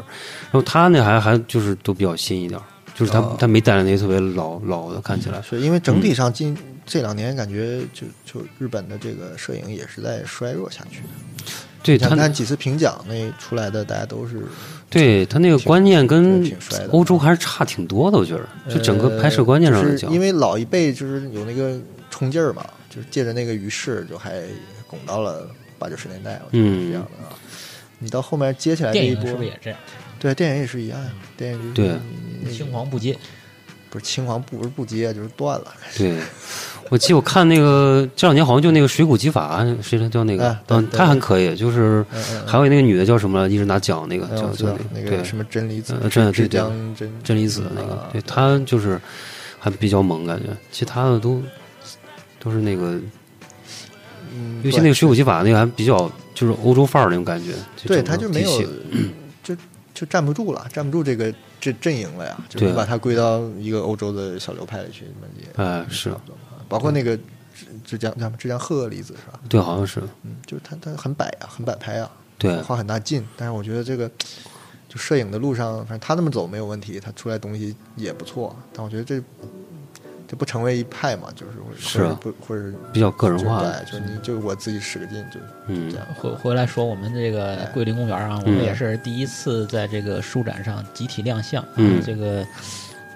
S2: 然后他那还还就是都比较新一点儿。就是他，
S4: 哦
S2: 他没带来那些特别老老的，看起来
S4: 是因为整
S2: 嗯
S4: 体上近这两年感觉就就日本的这个摄影也是在衰弱下去的。
S2: 对
S4: 你
S2: 他
S4: 想看几次评奖那出来的，大家都是
S2: 对他那个观念跟
S4: 挺挺帅的嗯
S2: 欧洲还是差挺多的，我觉得，就整个
S4: 呃
S2: 拍摄观念上
S4: 就
S2: 来
S4: 是
S2: 讲，
S4: 因为老一辈就是有那个冲劲儿嘛，就是借着那个余势，就还拱到了八九十年代，我觉得是这样的
S2: 嗯
S4: 啊。你到后面接起来这
S3: 电
S4: 一
S3: 影
S4: 波
S3: 是，不是也这样？
S4: 对电影也是一样呀，电影就是
S2: 对
S4: 那个
S3: 青黄不接，
S4: 不是青黄不不是不接，啊就是断了。
S2: 对。我记得我看那个这两年好像就那个《水谷技法》，谁他叫那个
S4: 啊，对
S2: 嗯，
S4: 对
S2: 他还可以，就是
S4: 嗯嗯嗯
S2: 还有那个女的叫什么，一直拿奖那个
S4: 哎
S2: 叫
S4: 我知
S2: 叫
S4: 道那
S2: 对
S4: 个什么真理子
S2: 呃，真的
S4: 是
S2: 对对
S4: 江真
S2: 真理子那个
S4: 啊，
S2: 对他就是还比较猛感觉，其他的都都是那个，
S4: 嗯，
S2: 尤其那个《水谷技法》那个还比较就是欧洲范儿那种感觉，整
S4: 对
S2: 个
S4: 他就没
S2: 体系，
S4: 有 就就站不住了，站不住这个这阵营了呀。就是
S2: 对啊
S4: 你把它归到一个欧洲的小流派里去，那也
S2: 哎是
S4: 包括那个浙浙江叫什么浙江鹤离子是吧？
S2: 对，好像是
S4: 嗯，就是他他很摆啊，很摆拍啊，
S2: 对
S4: 花很大劲。但是我觉得这个就摄影的路上，反正他那么走没有问题，他出来东西也不错。但我觉得这这不成为一派嘛，就是或者
S2: 是啊
S4: 不或者
S2: 比较个人
S4: 就
S2: 化的，
S4: 对，就你就我自己使个劲就
S2: 嗯
S4: 这样。
S3: 回回来说我们这
S2: 哎
S3: 个桂林公园啊，我们也是第一次在这个书展上集体亮相，啊
S2: 嗯
S3: 这个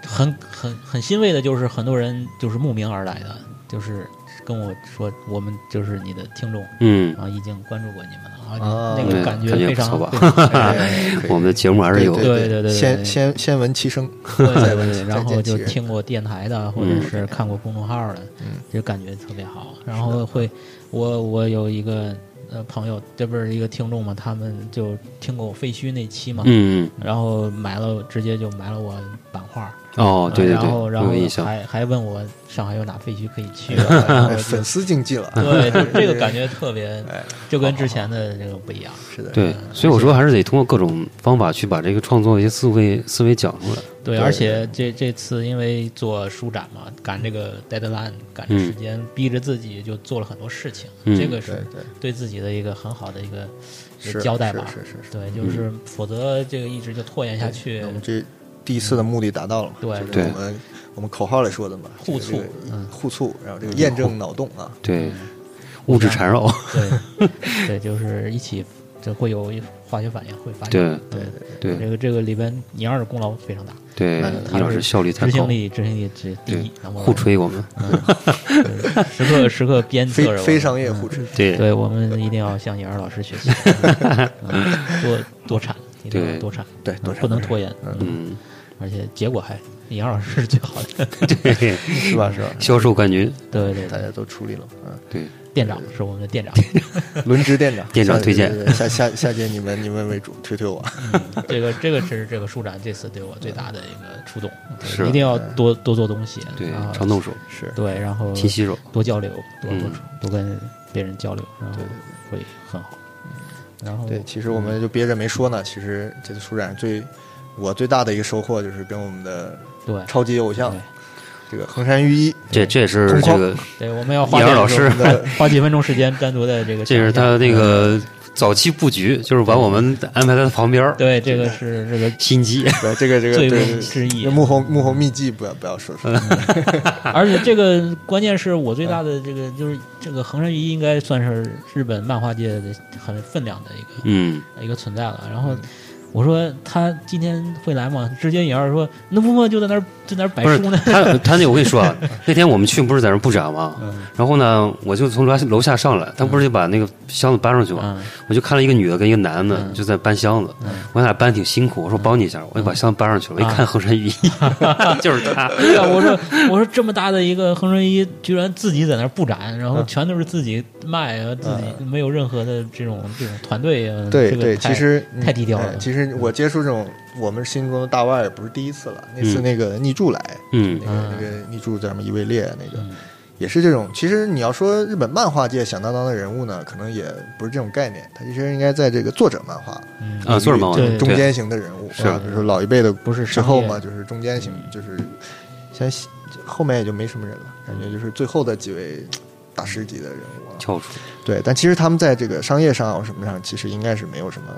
S3: 很很很欣慰的就是很多人就是慕名而来的，就是跟我说我们就是你的听众
S2: 嗯。
S3: 啊，已经关注过你们了
S4: 啊
S3: 那个
S2: 对
S3: 感觉
S2: 感觉
S3: 非
S2: 不
S3: 常
S2: 错吧
S3: 非常
S2: 啊
S4: 哎可以
S2: 我们的节目还是有
S3: 对对对对
S4: 先先先闻其声，
S2: 嗯
S3: 对
S4: 再
S3: 对对，
S4: 闻其
S3: 然
S4: 再
S3: 后
S4: 见
S3: 就
S4: 其人
S3: 听过电台的，或者是看过公众号的，
S4: 嗯
S3: 就感觉特别好。
S2: 嗯
S3: 然后会，我我有一个呃朋友，这不是一个听众嘛，他们就听过我废墟那期嘛，
S2: 嗯，
S3: 然后买了直接就买了我版画，呃
S2: 哦，对对
S3: 啊
S2: 对，
S3: 然后
S2: 我
S3: 然
S2: 有印
S3: 后
S2: 象。
S3: 还还问我上海有哪废墟可以去、
S4: 哎
S3: 啊，然后
S4: 粉
S3: 就
S4: 丝竞技了，
S3: 对，就是这个感觉特 别
S4: 哎，
S3: 就跟之前的那个不一样。
S4: 是的，
S2: 对，
S3: 呃
S2: 所以我说还是得通过各种方法去把这个创作的一些思维思维讲出来。
S3: 对，
S4: 对
S3: 而且这这次因为做书展嘛，赶这个 deadline，赶这时间，逼着自己就做了很多事情，
S2: 嗯
S3: 这个
S4: 对
S3: 是
S4: 对
S3: 对自己的一个很好的一个一
S4: 是
S3: 个交代吧。
S4: 是是是是。
S3: 对，就是否则这个一直就拖延下去
S4: 那我，们这第一次的目的达到了嘛？
S3: 对
S4: 就是
S2: 对
S4: 我们我们口号里说的嘛，
S3: 互
S4: 这个
S3: 促
S4: 这个
S3: 嗯
S4: 互促，然后这个验证脑洞啊，
S2: 对，物质缠绕。
S3: 对对，就是一起这会有一化学反应会发
S2: 对
S3: 生。对对
S2: 对
S3: 这个这个里边倪二的功劳非常大，
S2: 对
S3: 那，
S2: 易
S3: 他
S2: 老师
S3: 是
S2: 效率太
S3: 执
S2: 高
S3: 行，力执嗯行力这第
S2: 对
S3: 一，然后
S2: 互吹我们。
S3: 对时刻时刻鞭策
S4: 非
S3: 着我们
S4: 非商业互吹，
S2: 对
S3: 对我们一定要向颖儿老师学习，嗯多多产，一定要
S2: 对
S3: 多产，
S4: 对
S3: 嗯
S4: 多产
S3: 不能
S4: 多产
S3: 拖延，嗯，
S2: 嗯，
S3: 而且结果还颖儿老师是最好的，
S2: 对，
S4: 是吧？是吧？
S2: 销售冠军，
S3: 对对
S4: 大
S3: 对，
S4: 家都出力了，嗯，
S2: 对，
S3: 店长是我们的店长，
S4: 轮值店长，
S2: 店长
S4: 下
S2: 推荐
S4: 对对对下下下届你们你们为主，推推我，
S3: 这个这个是这个书展这次对我最大的一个触动，对
S2: 是
S3: 一定要多多做东西，
S2: 对
S3: 然，后
S2: 常动手，
S4: 是
S3: 对，然后
S2: 勤洗手。
S3: 多交流，多
S2: 嗯
S3: 多多跟别人交流，然后会很好，然后
S4: 对。其实我们就憋着没说呢，其实这次书展最我最大的一个收获就是跟我们的
S3: 对
S4: 超级偶像
S3: 对
S4: 这个横山裕一，
S2: 这这也是
S4: 同框
S2: 这个，
S3: 对，我们要花
S2: 颖儿
S3: 点
S2: 老师
S3: 我们的花几分钟时间单独的这个，
S2: 这是他那
S3: 嗯
S2: 个早期布局，就是把我们安排在他旁边儿，
S3: 对，这个是这个
S2: 心机。
S4: 对这个这个
S3: 醉
S4: 对
S3: 翁
S4: 对
S3: 之嗯意
S4: 这幕后幕后秘籍不要不要说出来，
S3: 而且这个关键是我最大的这个就是这个横山裕一应该算是日本漫画界的很分量的一个、
S2: 嗯，
S3: 一个存在了。然后我说他今天会来吗？直接也要说那不嘛就在那儿就在那儿摆
S2: 不是
S3: 书呢。
S2: 他他那我跟你说 啊，那天我们去不是在那儿布展吗？
S3: 嗯
S2: 然后呢，我就从楼下楼下上来，他不是就把那个箱子搬上去吗？
S3: 嗯
S2: 我就看了一个女的跟一个男的
S3: 嗯
S2: 就在搬箱子，
S3: 嗯啊
S2: 我俩搬挺辛苦，我说帮你一下，我就把箱子搬上去了。我一看衡 山雨衣，就是他，
S3: 对啊，我说我说这么大的一个横山裕一，居然自己在那儿布展，然后
S4: 嗯
S3: 全都是自己卖啊，自己没有任何的这种这种团队啊。
S4: 对
S3: 这个
S4: 对，
S3: 太
S4: 其实
S3: 太低调
S4: 嗯
S3: 了
S4: 哎其实我接触这种我们心中的大腕儿也不是第一次了，那次
S2: 嗯
S4: 那个逆柱来，
S2: 嗯
S4: 那个
S3: 嗯
S4: 那个逆柱叫什么一位列那个
S3: 嗯，
S4: 也是这种。其实你要说日本漫画界响当当的人物呢，可能也不是这种概念，他其实应该在这个作者漫画
S3: 嗯
S2: 啊，作者漫画
S3: 对
S4: 中
S2: 对
S4: 间型的人物，
S2: 是嗯
S4: 啊比如说老一辈的
S3: 不是
S4: 之
S3: 商
S4: 后
S3: 业
S4: 嘛，就是中间型，就是像后面也就没什么人了，感觉就是最后的几位大师级的人物啊。
S2: 翘楚，
S4: 对，但其实他们在这个商业上啊什么上，其实应该是没有什么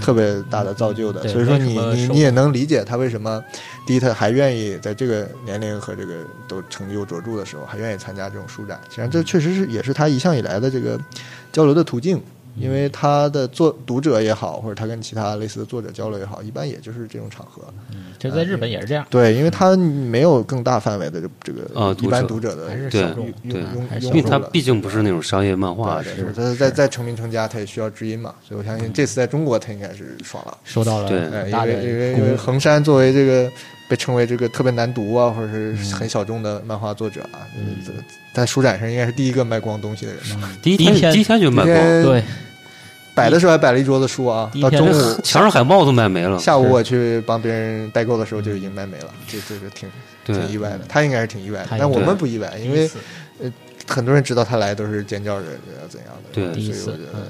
S4: 特别大的造就的。
S3: 嗯对
S4: 所以说
S3: 没
S4: 你
S3: 什么
S4: 你
S3: 收
S4: 你也能理解他为什么，第一他还愿意在这个年龄和这个都成就卓著的时候，还愿意参加这种书展。实际上
S2: 嗯
S4: 这确实是也是他一向以来的这个交流的途径。因
S2: 嗯
S4: 为他的作读者也好，或者他跟其他类似的作者交流也好，一般也就是这种场合。
S3: 嗯这在日本也是这样，
S4: 对，因为他没有更大范围的这这个
S2: 啊
S4: 一般
S2: 读
S4: 读者的
S3: 还是
S2: 对
S3: 小众，
S4: 拥
S2: 对
S4: 拥
S3: 还是
S4: 拥
S2: 因为
S3: 小众
S2: 他
S4: 了
S2: 毕竟不是那种商业漫画，
S4: 对
S2: 啊是
S4: 对，他在在成名成家，他也需要知音嘛，所以我相信这次在中国他应该是爽了，
S3: 收到了
S2: 对
S4: 哎，
S3: 很
S4: 因
S3: 大的
S4: 为因为
S3: 鼓
S4: 因为
S3: 舞
S4: 横山作为这个被称为这个特别难读啊，或者是
S2: 嗯
S4: 很小众的漫画作者啊，这在书展上应该是第一个卖光东西的人吧。
S2: 第一
S3: 第一
S2: 天
S3: 天
S2: 第一天就卖
S4: 今
S2: 光，
S4: 天
S3: 对，
S4: 摆的时候还摆了一桌子书啊
S3: 第，一
S4: 到
S3: 天
S4: 中午
S3: 是
S2: 墙上海报都卖没了，
S4: 下午我去帮别人代购的时候就已经卖没了，这这个挺
S2: 嗯对嗯
S4: 挺意外的，他应该是挺意外的
S3: 他，应该
S4: 但我
S2: 对
S4: 们不意外，因
S3: 第一
S4: 为
S3: 次
S4: 很多人知道他来都是尖叫着呃怎样的，
S2: 对
S3: 第一
S4: 所以我
S3: 次
S4: 觉
S3: 嗯
S4: 得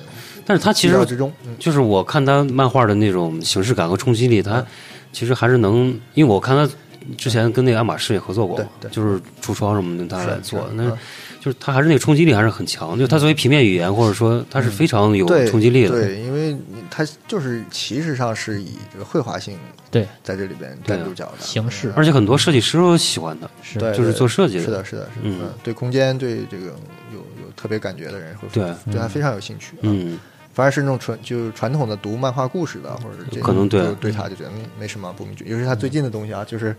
S2: 但是他其
S4: 意
S2: 实
S4: 料之中，嗯。
S2: 就是我看他漫画的那种形式感和冲击力，他其实还是能，因为我看他之前跟那个爱马仕也合作过嘛，
S4: 对对
S2: 就是橱窗什么的他来做
S4: 是，
S2: 那
S4: 嗯
S2: 就是他还是那个冲击力还是很强，就他作为平面语言或者说他是非常有
S4: 嗯对
S2: 冲击力的，
S4: 对，因为你它就是其实上是以这个绘画性
S3: 对
S4: 在这里边
S2: 对啊
S4: 站住脚的
S3: 形式
S2: 而且很多设计师都喜欢他，
S3: 是
S4: 对，
S2: 就是
S4: 对
S2: 做设计
S4: 是
S2: 的，
S4: 的，是的，是的，
S2: 嗯
S4: 嗯，对空间对这个有有特别感觉的人会
S2: 对
S4: 对他非常有兴趣，，啊
S2: 嗯，
S4: 反而是那种传就是传统的读漫画故事的或者是这种
S2: 可能对
S4: 就对他就觉得嗯没什么不明觉，尤其是他最近的东西啊，就是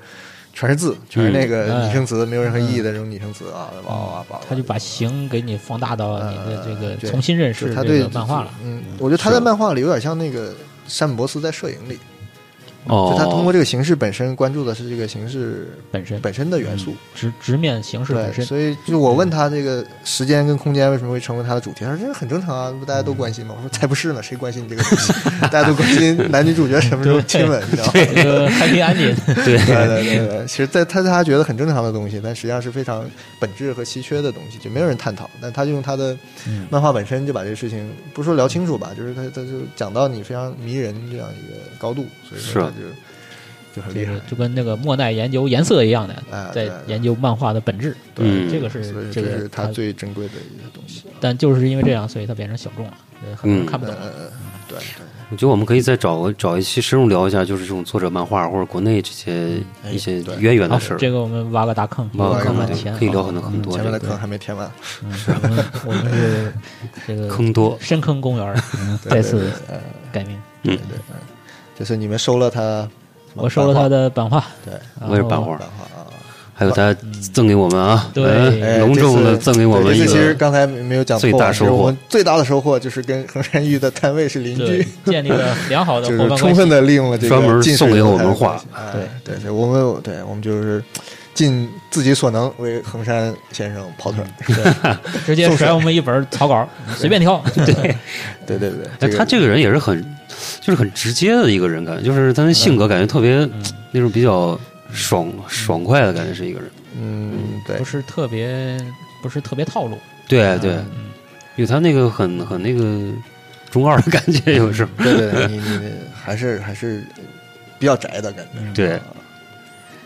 S4: 全是字，全是那个
S3: 嗯
S2: 哎
S4: 拟声词，没有任何意
S2: 嗯
S4: 义的这种拟声词啊，哇哇哇哇，
S3: 他就把形给你放大到你的这个
S4: 对
S3: 重新认
S4: 就
S3: 识
S4: 他
S3: 这
S4: 对
S3: 个漫画了。嗯
S4: 嗯，我觉得他在漫画里有点像那个山姆·博斯在摄影里，
S2: 哦，
S4: 就他通过这个形式本身关注的是这个形式
S3: 本身
S4: 本身的元素。
S3: 直直面形式嗯
S4: 对
S3: 本，身，
S4: 所以就我问他这个时间跟空间为什么会成为他的主题，他说这很正常啊，不大家都
S3: 嗯
S4: 关心吗？我说才不是呢，谁关心你这个东西？ 大家都关心男女主角什么时 候亲吻，你知道吗？对
S3: 这个 Happy Ending，
S2: 对
S4: 对对对，其实在他他觉得很正常的东西，但实际上是非常本质和稀缺的东西，就没有人探讨。但他就用他的
S3: 嗯
S4: 漫画本身就把这个事情不是说聊清楚吧，就是他他就讲到你非常迷人这样一个高度，所以
S2: 是
S4: 说
S2: 啊
S4: 他就就很
S3: 这
S4: 厉害
S3: 个。就跟那个莫奈研究颜色一样的
S4: 哎，
S3: 在
S4: 对对
S3: 研究漫画的本质。
S4: 对
S2: 嗯
S3: 这个是
S4: 所以
S3: 这
S4: 这
S3: 个
S4: 是他最珍贵的一个东西。
S3: 但就是因为这样，所以它变成小众了，呃很多
S2: 嗯
S3: 人看不
S4: 嗯
S3: 懂。
S4: 嗯嗯，对对。
S2: 我觉得我们可以再找个找一期深入聊一下，就是这种作者漫画或者国内这些
S4: 哎
S2: 一些
S4: 对
S2: 渊源
S3: 好
S2: 的事儿，
S3: 这个我们挖个大坑，
S2: 啊挖
S4: 个坑
S3: 很
S4: 对
S3: 浅，
S2: 可以聊
S3: 啊
S2: 很多很
S3: 嗯
S2: 多
S4: 前面的
S2: 这
S4: 坑还没填完，
S3: 嗯我们我们是这个
S2: 坑多，
S3: 深坑 公园儿，嗯
S4: 对
S3: 再
S4: 对
S3: 次
S4: 对呃
S3: 改名。
S2: 嗯，
S4: 对，嗯就是你们收了他，
S3: 我收了他的版画，
S4: 呃对
S2: 我也是
S3: 然
S2: 版
S3: 后
S2: 画，
S4: 版画啊。
S2: 还有大家赠给我们啊，
S3: 对
S2: 嗯
S4: 哎
S2: 隆重的
S4: 这次
S2: 赠给我们
S4: 对
S2: 一
S4: 这次其实
S2: 个，
S4: 刚才没有讲
S2: 最
S4: 透
S2: 大
S4: 啊
S2: 收
S4: 是我
S2: 获
S4: 们最大的收获就是跟衡山玉的摊位是邻
S3: 对
S4: 居，
S3: 建立了良好的
S4: 就
S3: 伙
S4: 是
S3: 伴
S4: 充
S3: 关系
S4: 分。的利用了这个
S2: 专门
S4: 近水
S2: 送给
S4: 楼
S2: 我
S4: 台
S2: 们
S4: 的关
S2: 画
S4: 系。哎对对，我们对我们就是尽自己所能为衡山先生跑腿儿。
S3: 嗯直接甩我们一本草 稿，随便挑。对，
S4: 对对对，
S2: 哎，
S4: 个
S2: 他这个人也是很，就是很直接的一个人，感觉就是他的性
S4: 嗯
S2: 格感觉特别那种比较爽爽快的感觉是一个人，
S4: 嗯对
S3: 不，是特别，不是特别套路。
S4: 嗯
S2: 对对，有他那个很很那个中二的感觉，有时候
S4: 对对对，你你你还是还是比较宅的感觉，
S2: 对，啊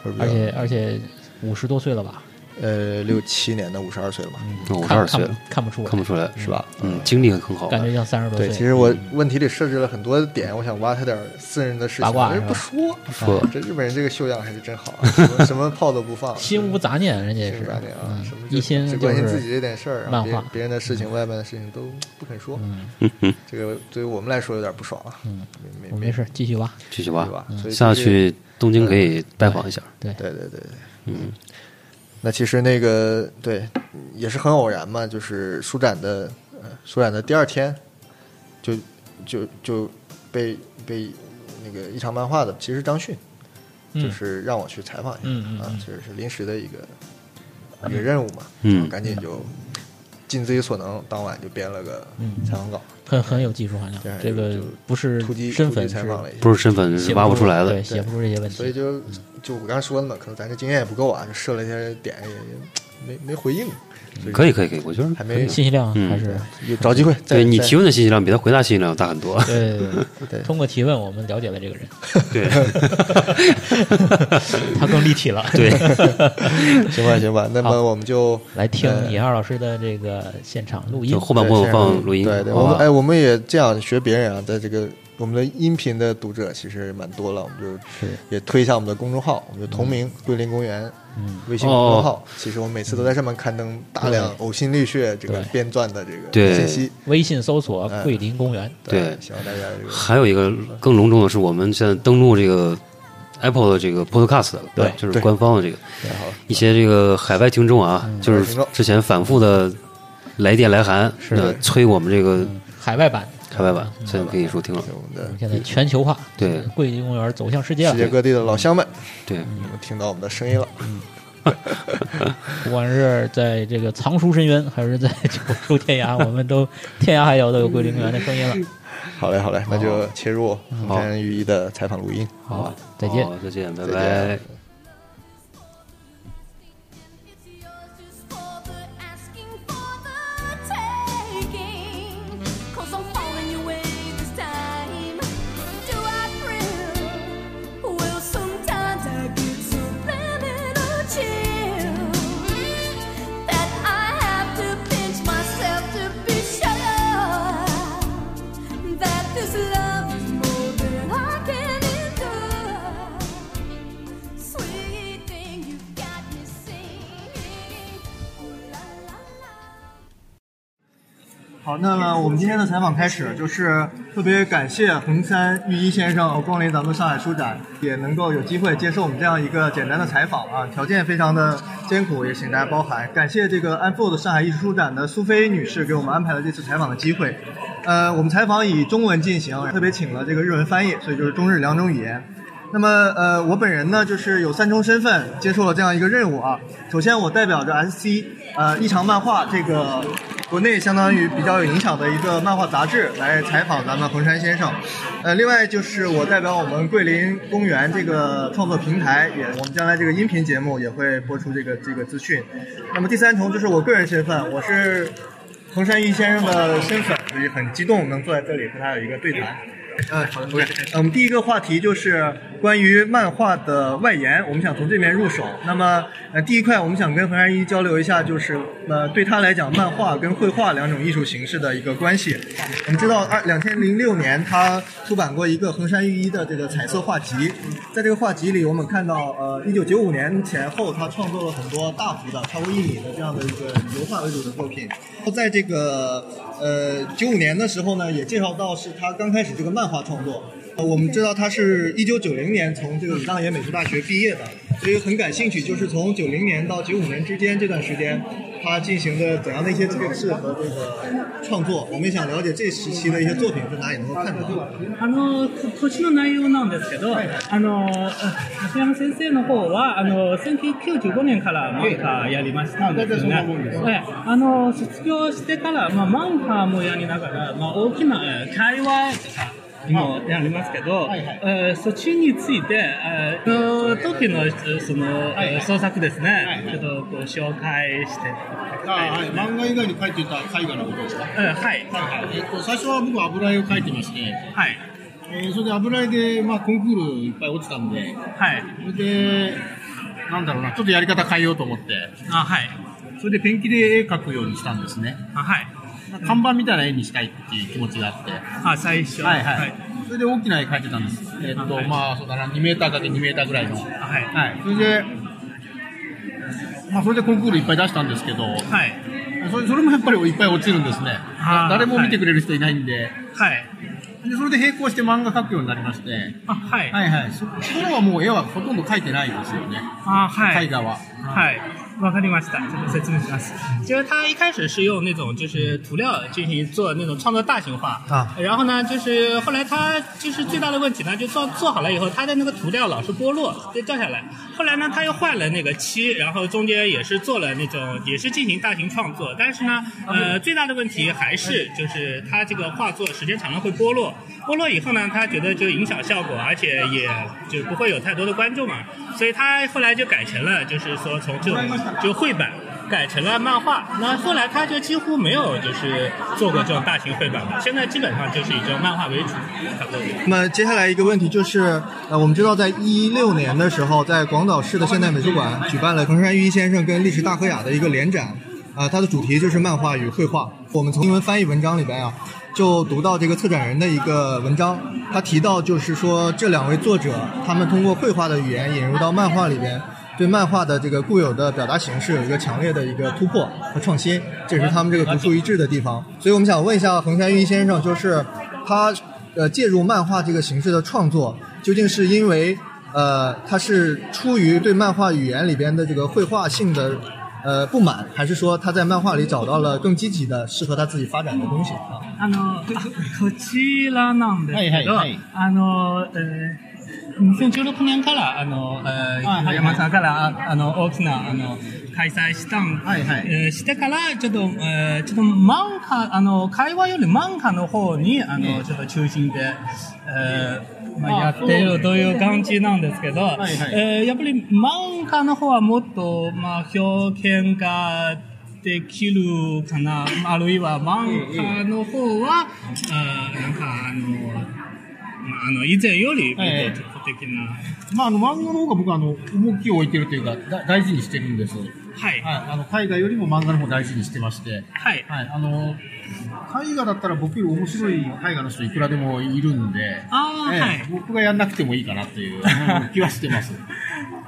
S4: 或者比
S3: 嗯
S4: 较
S3: 而且而且五十多岁了吧，
S4: 呃六七年的五十二岁了嘛，
S2: 五十
S3: 看
S2: 二
S3: 看
S2: 岁
S3: 不
S2: 了，
S3: 看不出来
S2: 看，不出来，
S4: 是吧？
S2: 嗯，经历很好，
S3: 感觉像三十多岁。
S4: 对，其实
S3: 嗯
S4: 我问题里设置了很多点，我想挖他点儿私人的事情，
S3: 八卦
S4: 但是不
S3: 是
S4: 说。
S2: 说
S4: 这日本人这个修养还是真好、啊，什 么什么炮都不放，
S3: 心无杂念，人家也
S4: 心
S3: 是
S4: 无杂念啊
S3: 嗯，
S4: 什么就
S3: 一心
S4: 只
S3: 就
S4: 关心
S3: 是
S4: 自己这点事儿，然
S3: 漫
S4: 后别
S3: 画
S4: 别人的事情、外面的事情都不肯说。
S3: 嗯，
S4: 这个对于我们来说有点不爽啊，没
S3: 我
S4: 没
S3: 没
S4: 没
S3: 事，嗯继续挖。
S2: 继续
S4: 对
S2: 吧，
S4: 吧？所以
S2: 下
S4: 就是
S2: 去东京可以拜访一下，
S4: 对对对，对
S2: 嗯，
S4: 那其实那个对，也是很偶然嘛，就是书展的呃书展的第二天，就就就被被那个一场漫画的，其实张迅就
S3: 嗯
S4: 是让我去采访一下、
S3: 嗯嗯
S4: 啊
S3: 嗯，
S4: 其实是临时的一个一个任务嘛，
S2: 嗯
S4: 我赶紧就尽自己所能，当晚就编了个
S3: 嗯
S4: 采访稿，
S3: 很很有技术含量
S4: 对，
S3: 这个
S4: 就
S3: 不是
S4: 突击
S3: 身
S4: 突
S3: 份
S4: 击
S3: 是
S4: 采访了一下，
S2: 不是身份
S3: 写
S2: 是挖不出来的
S3: 对，，写不出这些问题。
S4: 所以就就我刚才说的嘛，可能咱这经验也不够啊，就设了一些点也也没没回应，所
S2: 可以可以可以，我觉得
S4: 还
S2: 可以
S4: 没
S3: 信息量
S2: 嗯
S3: 还是
S4: 有找机会再
S2: 对你
S4: 再
S2: 提问的信息量比他回答信息量要大很多，
S3: 对对对
S4: 对
S3: 通过提问，我们了解了这个人，
S2: 对
S3: 他更立体了。
S2: 对，
S4: 行吧，行吧，那
S3: 好
S4: 么我们就
S3: 来听
S4: 呃
S3: 尹二老师的这个现场录音
S2: 就。后半部分放录音，哦
S4: 对对，
S2: 好
S4: 我
S2: 吧
S4: 们哎，我们也这样学别人啊，在这个我们的音频的读者其实蛮多了，我们就是也推一下我们的公众号，我们就同名桂林公园
S3: 嗯，
S4: 微信公
S2: 哦
S4: 众号，其实我们每次都在上面刊登大量呕心沥血这个
S3: 对
S4: 编撰的这个
S2: 对
S4: 信息，
S3: 微信搜索“
S4: 哎
S3: 桂林公园
S2: 对
S4: 希望大家这个
S2: 还有一个更隆重的是，我们现在登录这个 Apple 的这个 Podcast，了
S3: 对
S2: 就是官方的这个
S4: 太好了，
S2: 一些这个海外听众啊，就是之前反复的来电来函，
S4: 是
S2: 呃催我们这”个
S3: 海外版，
S2: 海外版，现在可以收听了，
S4: 对我们
S3: 我们
S4: 的
S3: 现在全球化，
S2: 对
S3: 桂林公园走向世界
S4: 世界
S3: 了。
S4: 各地的老乡们，
S2: 对，
S4: 你们听到我们的声音了，
S3: 不管是在这个藏书深渊，还是在九州天涯，我们都天涯海角都有桂林公园的声音了。
S4: 好嘞，好嘞，那就切入红山御医的采访录音。
S3: 好，再见。
S4: 哦
S2: 好，再见，拜
S4: 再见
S2: 拜。
S1: It's yours just for the asking, for the taking. Cause I'm falling your way this time. Do I thrill? Well, sometimes I get subliminal chills that I have to pinch myself to be sure that this love is more than I can endure. Sweet thing, you got me singing. Ooh la la la.
S5: 好，那么我们今天的采访开始，就是特别感谢红山御医先生光临咱们上海书展，也能够有机会接受我们这样一个简单的采访啊，条件非常的艰苦，也请大家包涵。感谢这个 Unfold 上海艺术书展的苏菲女士给我们安排了这次采访的机会。呃，我们采访以中文进行，特别请了这个日文翻译，所以就是中日两种语言。
S4: 那么呃，我本人呢，就是有三重身份，接受了这样一个任务啊。首先，我代表着 SC 呃异常漫画这个国内相当于比较有影响的一个漫画杂志来采访咱们横山先生。呃，另外就是我代表我们桂林公园这个创作平台，也我们将来这个音频节目也会播出这个这个资讯。那么第三重就是我个人身份，我是横山一先生的身份，所以很激动能坐在这里和他有一个对谈。嗯，好的，OK。我们第一个话题就是关于漫画的外延，我们想从这边入手。那么，呃，第一块我们想跟何山一交流一下，就是呃，对他来讲，漫画跟绘画两种艺术形式的一个关系。我们知道，二两千零六年他出版过一个横山裕一的这个彩色画集，在这个画集里，我们看到，呃，一九九五年前后，他创作了很多大幅的、超过一米的这样的一个以油画为主的作品。然后在这个呃九五年的时候呢，也介绍到是他刚开始这个漫画创作。呃我们知道他是一九九零年从这个武当野美术大学毕业的，所以很感兴趣，就是从九零年到九五年之间这段时间，他进行的怎样的一些这个事和这个创作，我们也想了解这时期的一些作品是哪里能够看到的。
S6: あのこ年の内容なんですけど、あの西山先生の方はあの1995年から漫画やりましたんですよね。ええあの卒業してからまあ漫画もやりながら、まあ大きなえー会話とか。もやりますけど、えーそっちについて、えーその時のえーその、えー創作で すね、ちょっとこう紹介して、
S7: あはい、漫画以外に描いていた絵画のことですか、
S6: うんはい、
S7: はいえっと、最初は僕は油絵を描いてまして、
S6: はい、
S7: えーそれで油絵で、まあ、コンクールいっぱい落ちたんで
S6: はい、
S7: それでなんだろうなちょっとやり方変えようと思って
S6: あ、はい、
S7: それでペンキで絵描くようにしたんですね
S6: あ、はい、
S7: 看板みたいな絵にしたいっていう気持ちがあって
S6: あ、最初、
S7: はいはい、それで大きな絵描いてたんですえっと、
S6: はい
S7: まあそうだな2メーターかけ2メーターぐらいのは
S6: あはい、
S7: いそれでまあそれでコンクールいっぱい出したんですけど、
S6: はい、
S7: それそれもやっぱりいっぱい落ちるんですね
S6: あー
S7: 誰も見てくれる人いないんで,、
S6: はい。
S7: でそれで並行して漫画描くようになりまして
S6: あ、はい。
S7: はいはいそこからはもう絵はほとんど描いてないですよね
S6: 啊，嗨
S7: 絵。画は
S6: 嗨，わかりました。这个説明します。就是他一开始是用那种就是涂料进行做那种创作大型画
S4: 啊，
S6: 然后呢，就是后来他就是最大的问题呢，就做做好了以后，他的那个涂料老是剥落，就掉下来。后来呢，他又换了那个漆，然后中间也是做了那种也是进行大型创作，但是呢，呃，最大的问题还是就是他这个画作时间长了会剥落，剥落以后呢，他觉得就影响效果，而且也就不会有太多的观众嘛，所以他后来就改成了就是说从这种就绘本。改成了漫画，那后来他就几乎没有就是做过这种大型绘本了，现在基本上就是以这种漫画为主，差不多。
S4: 那么接下来一个问题就是，呃，我们知道在一六年的时候，在广岛市的现代美术馆举办了横山裕一先生跟历史大和雅的一个联展，啊、它的主题就是漫画与绘画。我们从英文翻译文章里边啊，就读到这个策展人的一个文章，他提到就是说这两位作者他们通过绘画的语言引入到漫画里边。对漫画的这个固有的表达形式有一个强烈的一个突破和创新，这也是他们这个独树一帜的地方。所以我们想问一下横山裕一先生，就是他呃介入漫画这个形式的创作，究竟是因为呃他是出于对漫画语言里边的这个绘画性的呃不满，还是说他在漫画里找到了更积极的适合他自己发展的东西啊？
S6: あの、こちらなんですけど、
S7: はいはいはい
S6: あの、えー2016年から、あの、えー
S7: はいはい
S6: 山さんから、ああの、大きな、あの、開催したん、
S7: はいはい
S6: えーしてから、ちょっと、えーちょっと漫画、あの、会話より漫画の方に、あの、ちょっと中心で、えーまあ、やっているという感じなんですけど、
S7: いはい
S6: えーやっぱり漫画の方はもっと、まあ、表現ができるかな、あるいは漫画の方は、あーなんかあの、まあ、あの以前よりもっと的な、
S7: まあ、あの漫画の方が僕はあの重きを置いてるというかだ大事にしてるんです、はい、
S6: はい、はい、
S7: あの絵画よりも漫画の方を大事にしてまして、はい、あの絵画だったら僕より面白い絵画の人いくらでもいるんで
S6: あーはい
S7: 僕がやんなくてもいいかなという気はしてます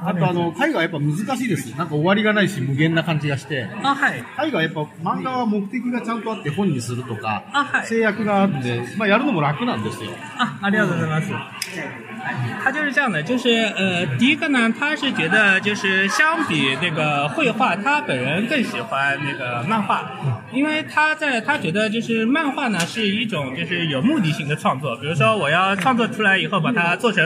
S7: あとあの、絵画はやっぱ難しいです。なんか終わりがないし、無限な感じがして。
S6: あはい
S7: 絵画はやっぱ漫画は目的がちゃんとあって本にするとか、
S6: あはい
S7: 制約があって、まあやるのも楽なんですよ。
S6: 啊，阿利亚的德拉斯。他就是这样的，就是呃，第一个呢，他是觉得就是相比那个绘画，他本人更喜欢那个漫画，因为他在他觉得就是漫画呢是一种就是有目的性的创作，比如说我要创作出来以后把它做成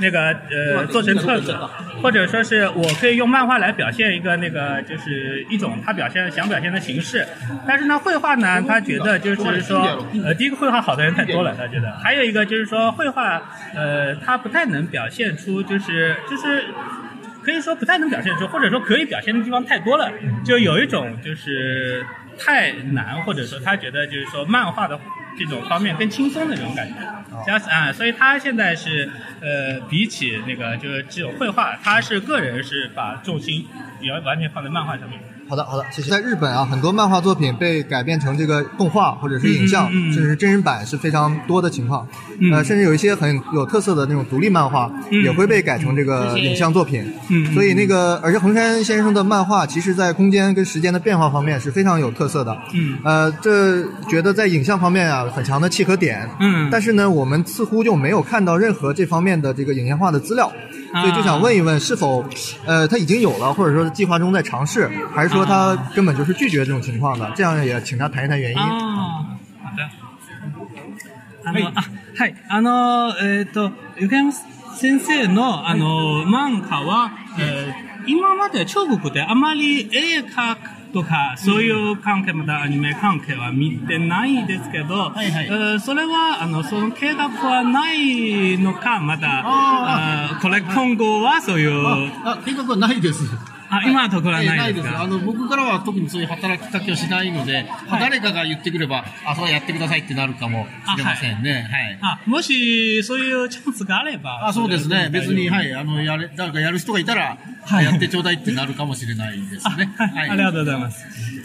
S6: 那个呃做成册子，或者说是我可以用漫画来表现一个那个就是一种他表现想表现的形式，但是呢绘画呢，他觉得就是说 呃第一个绘画好的人太多了，他觉得还有一个就是说绘画呃他不太能表现出就是就是。可以说不太能表现出，或者说可以表现的地方太多了，就有一种就是太难，或者说他觉得就是说漫画的这种方面更轻松的那种感觉。加啊，所以他现在是呃，比起那个就是只有绘画，他是个人是把重心也完全放在漫画上面。
S4: 好的，好的，谢谢。在日本啊，很多漫画作品被改编成这个动画或者是影像，
S6: 嗯嗯嗯
S4: 甚至是真人版是非常多的情况。
S6: 嗯
S4: 呃，甚至有一些很有特色的那种独立漫画，
S6: 嗯
S4: 也会被改成这个影像作品。
S6: 嗯嗯
S4: 所以那个，而且横山先生的漫画，其实在空间跟时间的变化方面是非常有特色的。
S6: 嗯
S4: 呃，这觉得在影像方面啊，很强的契合点。
S6: 嗯
S4: 但是呢，我们似乎就没有看到任何这方面的这个影像化的资料。
S6: 啊
S4: 所以就想问一问，是否呃他已经有了，或者说计划中在尝试，还是说他根本就是拒绝这种情况的？这样也请他谈一谈原因。
S6: 嗯あーまたあの、あはい、あの、えっ、と、横山先生の、あの、漫画は、えー今まで中国であまり映画とか、そういう関係、またアニメ関係は見てないですけど、
S7: はい
S6: えーそれは、あの、その計画はないのか、また、あーこれ今後はそういう、
S7: あ、あ計画はないです。
S6: あ、今のところは
S7: えな
S6: ない
S7: い
S6: で
S7: ですす。
S6: か
S7: あの、僕からは特にそういう働きかけをしないので、誰かが言ってくれば、あ、それやってくださいってなるかもしれませんね。はい。
S6: あ、もし、そういうチャンスがあれば。
S7: あそうですね、
S6: れは
S7: 別に、
S6: 大丈夫
S7: はい、あのやれ誰かやる人がいたら、
S6: はい
S7: やってちょうだいってなるかもしれないですね。は
S6: 啊，
S7: い、
S6: 廖德德嘛，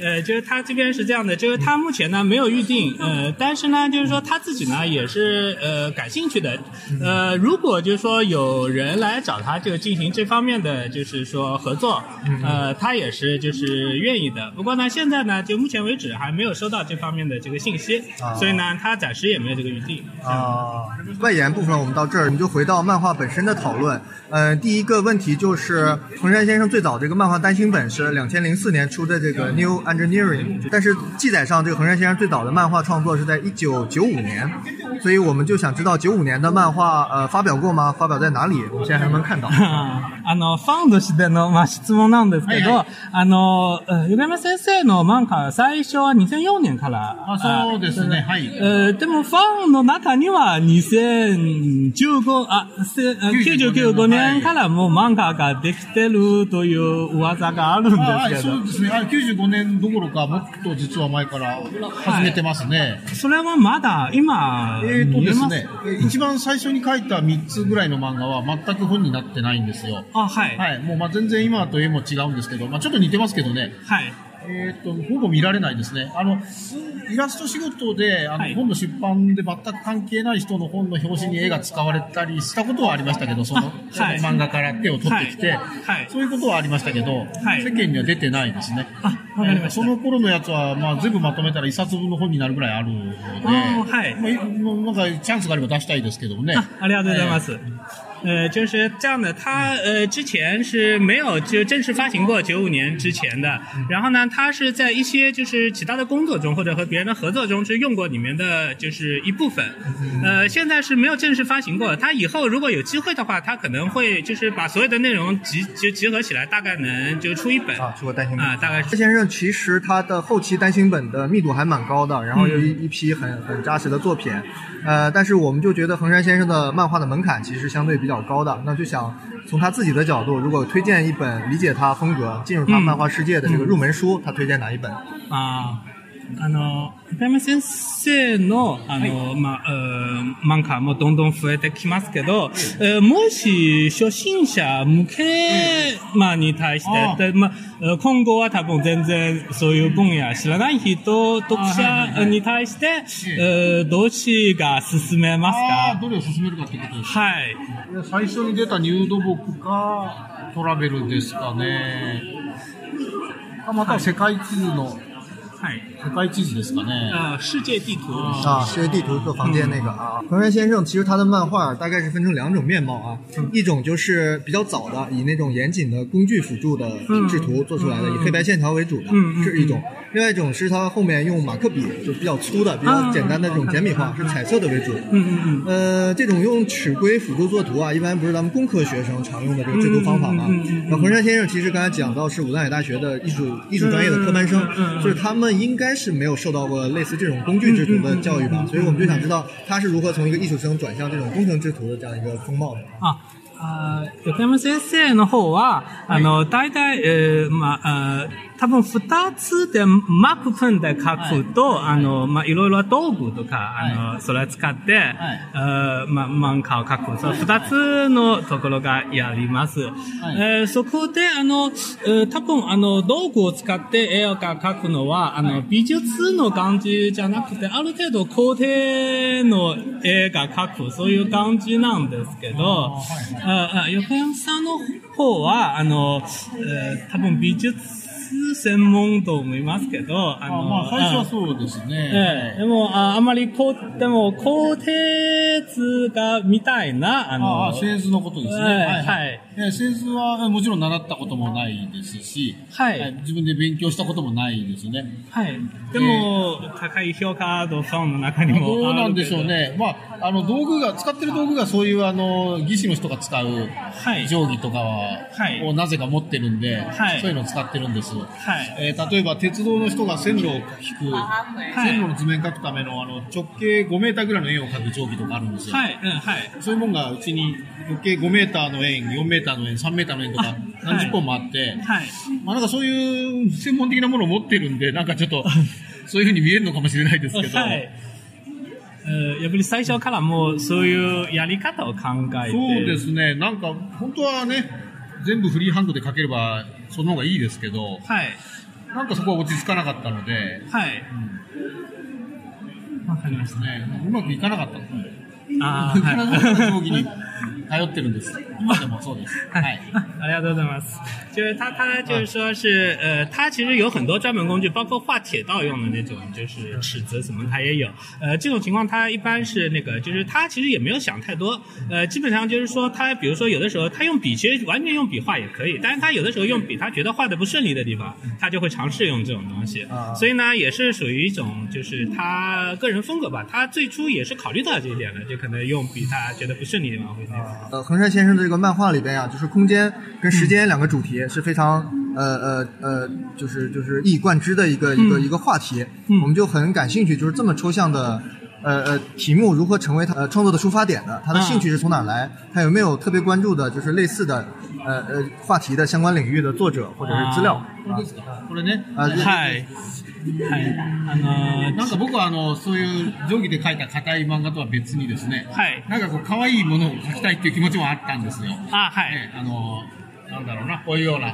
S6: 呃，就是他这边是这样的，就是他目前呢没有预定，呃，但是呢，就是说他自己呢也是呃感兴趣的，呃，如果就是说有人来找他就进行这方面的就是说合作，呃，他也是就是愿意的。不过呢，现在呢就目前为止还没有收到这方面的这个信息，
S4: 啊
S6: 所以呢他暂时也没有这个预定。
S4: 啊、外延部分我们到这儿，我们就回到漫画本身的讨论。呃，第一个问题就是，横山先生最早这个漫画单行本是两千零四年出的这个 New Engineering，但是记载上这个横山先生最早的漫画创作是在一九九五年，所以我们就想知道九五年的漫画呃发表过吗？发表在哪里？我们现在还能看到。
S6: 啊あの、ファンドしての、まあ、質問なんですけ
S7: は
S6: ど、
S7: いは
S6: あの、うん米山先生の漫画は最初は2004年から。
S7: あそうです ね、はい、
S6: えーでもファンの中には2015、あ、せえー95
S7: 95
S6: 年からもう漫画ができてるという噂があるん
S7: あはい
S6: ですけ
S7: そ
S6: ど
S7: う、ですね、あ95年どころか、もっと実は前から始めてますね。
S6: それはまだ今、
S7: えーと
S6: 見
S7: で
S6: え
S7: す
S6: ます
S7: ね、一番最初に書いた3つぐらいの漫画は全く本になってないんですよ。
S6: あ、はい。はい。
S7: はい、もうまあ全然今と絵も違うんですけど、まあ、ちょっと似てますけどね、えー、とほぼ見られないですね、あのイラスト仕事であの、
S6: はい
S7: 本の出版で全く関係ない人の本の表紙に絵が使われたりしたことはありましたけど、その,、
S6: はい
S7: 漫画から手を取ってきて、
S6: はいはい
S7: そういうことはありましたけど、
S6: はい
S7: 世間には出てないですね、
S6: あ、わかりまし
S7: そ
S6: た。
S7: の頃のやつは、まあ、全部まとめたら一冊分の本になるぐらいあるので、
S6: あーはい
S7: まあい もうなんかチャンスがあれば出したいですけどもね。
S6: 啊， 阿里亚多德马斯。呃，就是这样的，他呃之前是没有就正式发行过九五年之前的，然后呢，他是在一些就是其他的工作中或者和别人的合作中是用过里面的就是一部分，呃，现在是没有正式发行过。他以后如果有机会的话，他可能会就是把所有的内容集就集合起来，大概能就出一本
S4: 啊
S6: 啊，，
S4: 出过单行本。
S6: 大概
S4: 这
S6: 是
S4: 先生其实他的后期单行本的密度还蛮高的，
S6: 嗯
S4: 然后有一一批很很扎实的作品，呃，但是我们就觉得横山先生的漫画的门槛其实相对比较高的，那就想从他自己的角度，如果推荐一本理解他风格、进入他
S6: 嗯
S4: 漫画世界的这个入门书，他推荐哪一本？
S6: あーあの、高山先生の、あの、まあ、うー漫画もどんどん増えてきますけど、えーもし初心者向け、まあ、に対して、
S7: あー
S6: でまあえー、今後は多分全然そういう分野知らない人、
S7: は
S6: 読
S7: いはい
S6: 者
S7: はい
S6: に対して、えーどうしが勧めます
S7: ああ、
S6: か
S7: どれを進めるかってことですね
S6: はい。
S7: 最初に出たニュードボクか、トラベルですかね。また世界地図の、
S6: はい，
S7: 世界地図ですかね。
S6: 呃，世界地图
S4: 啊，世界地图各房间那个啊，
S6: 嗯
S4: 藤原先生其实他的漫画大概是分成两种面貌啊，
S6: 嗯
S4: 一种就是比较早的，以那种严谨的工具辅助的制图做出来的，以黑白线条为主的，
S6: 嗯嗯嗯
S4: 这是一种；另外一种是他后面用马克笔，就比较粗的、比
S6: 啊
S4: 较简单的这种简笔画，是彩色的为主。
S6: 嗯嗯嗯，
S4: 呃，这种用尺规辅助作图啊，一般不是咱们工科学生常用的这个制图方法嘛
S6: 嗯嗯嗯嗯。
S4: 那横山先生其实刚才讲到是武藏野大学的艺术艺术专业的科班生
S6: 嗯嗯嗯，嗯
S4: 就是他们应该是没有受到过类似这种工具制图的教育吧，所以我们就想知道他是如何从一个艺术生转向这种工程制图的这样一个风貌的。
S6: ああー横山先生の方は、あの、大体、えーまあ、あー多分二つでマーク分で書くと、あの、まあ、いろいろ道具とか、あの、それ使って、あーまあ、漫画を書く。その二つのところがやります。えーそこで、あの、えー多分、あの、道具を使って絵を描くのは、あの、美術の感じじゃなくて、ある程度工程の絵が描く、そういう感じなんですけど、ああ横山さんの方は、あの、えー多分美術専門と思いますけど、あ
S7: あ
S6: の、
S7: まあ、最初はそうです
S6: え
S7: ね。
S6: えでも、ああんまりこう、でも、鋼鉄が、みたいな、あの、
S7: ああ、製図のことですね。
S6: はい
S7: はい。え製図はもちろん習ったこともないですし、
S6: はい
S7: 自分で勉強したこともないですね。
S6: はい。でも、高い評価のファンの中にも
S7: どう
S6: あ
S7: なん
S6: るけ
S7: でしょうね。まあ、あの、道具が、使ってる道具がそういう、あの、技師の人が使う
S6: はい
S7: 定規とかは、
S6: はい
S7: をなぜか持ってるんで、
S6: はい
S7: そういうのを使ってるんです。
S6: はい。
S7: えー例えば、鉄道の人が線路を引く、
S6: い
S7: 線路の図面描くための、あの、直径5メーターぐらいの円を描く定規とかあるんですよ。
S6: はい、うん、はい。
S7: そういうもんがうちに直径5メーターの円、4メーターの円、3メーターの円とか
S6: あはい
S7: 何十本もあって、
S6: はい。
S7: まあなんかそういう専門的なものを持ってるんで、なんかち ょっと、そういうふうに見えるのかもしれないですけど、
S6: はい。えーやっぱり最初からもう、そういうやり方を考えて。
S7: そうですね、なんか本当はね、全部フリーハンドで書ければその方がいいですけど、
S6: はい。
S7: なんかそこは落ち着かなかったので、
S6: はい。わかりました。
S7: ね、うまくいかなかったの。
S6: あ
S7: うまくい
S6: ー
S7: かなかった競技
S6: は
S7: に
S6: い。
S7: 頼ってるんです。今でも そうです。はい。
S6: ありがとうございます。就是他，他就是说是，呃，他其实有很多专门工具，包括画铁道用的那种，就是尺子什么，他也有。呃，这种情况他一般是那个，就是他其实也没有想太多，呃，基本上就是说他，比如说有的时候他用笔，其实完全用笔画也可以，但是他有的时候用笔，他觉得画的不顺利的地方，他就会尝试用这种东西。
S4: 啊
S6: 所以呢，也是属于一种就是他个人风格吧。他最初也是考虑到这一点的，就可能用笔他觉得不顺利的地方会那样。
S4: 呃，横山先生的这个漫画里边啊，就是空间跟时间两个主题是非常呃呃呃，就是就是一以贯之的一个一个一个话题，我们就很感兴趣，就是这么抽象的。呃呃，题目如何成为他呃创作的出发点的？他的兴趣是从哪儿来？他有没有特别关注的，就是类似的，呃呃话题的相关领域的作者或者是资料？
S7: これですかこれね、
S4: 啊，就
S6: はい。はい。あのー
S7: なんか僕はあのそういう定規で描いた硬い漫画とは別にですね、
S6: はい
S7: なんかこう可愛いものを描きたいっていう気持ちもあったんですよ。
S6: あ、はい。
S7: ね、あのなんだろうなこういうような
S6: は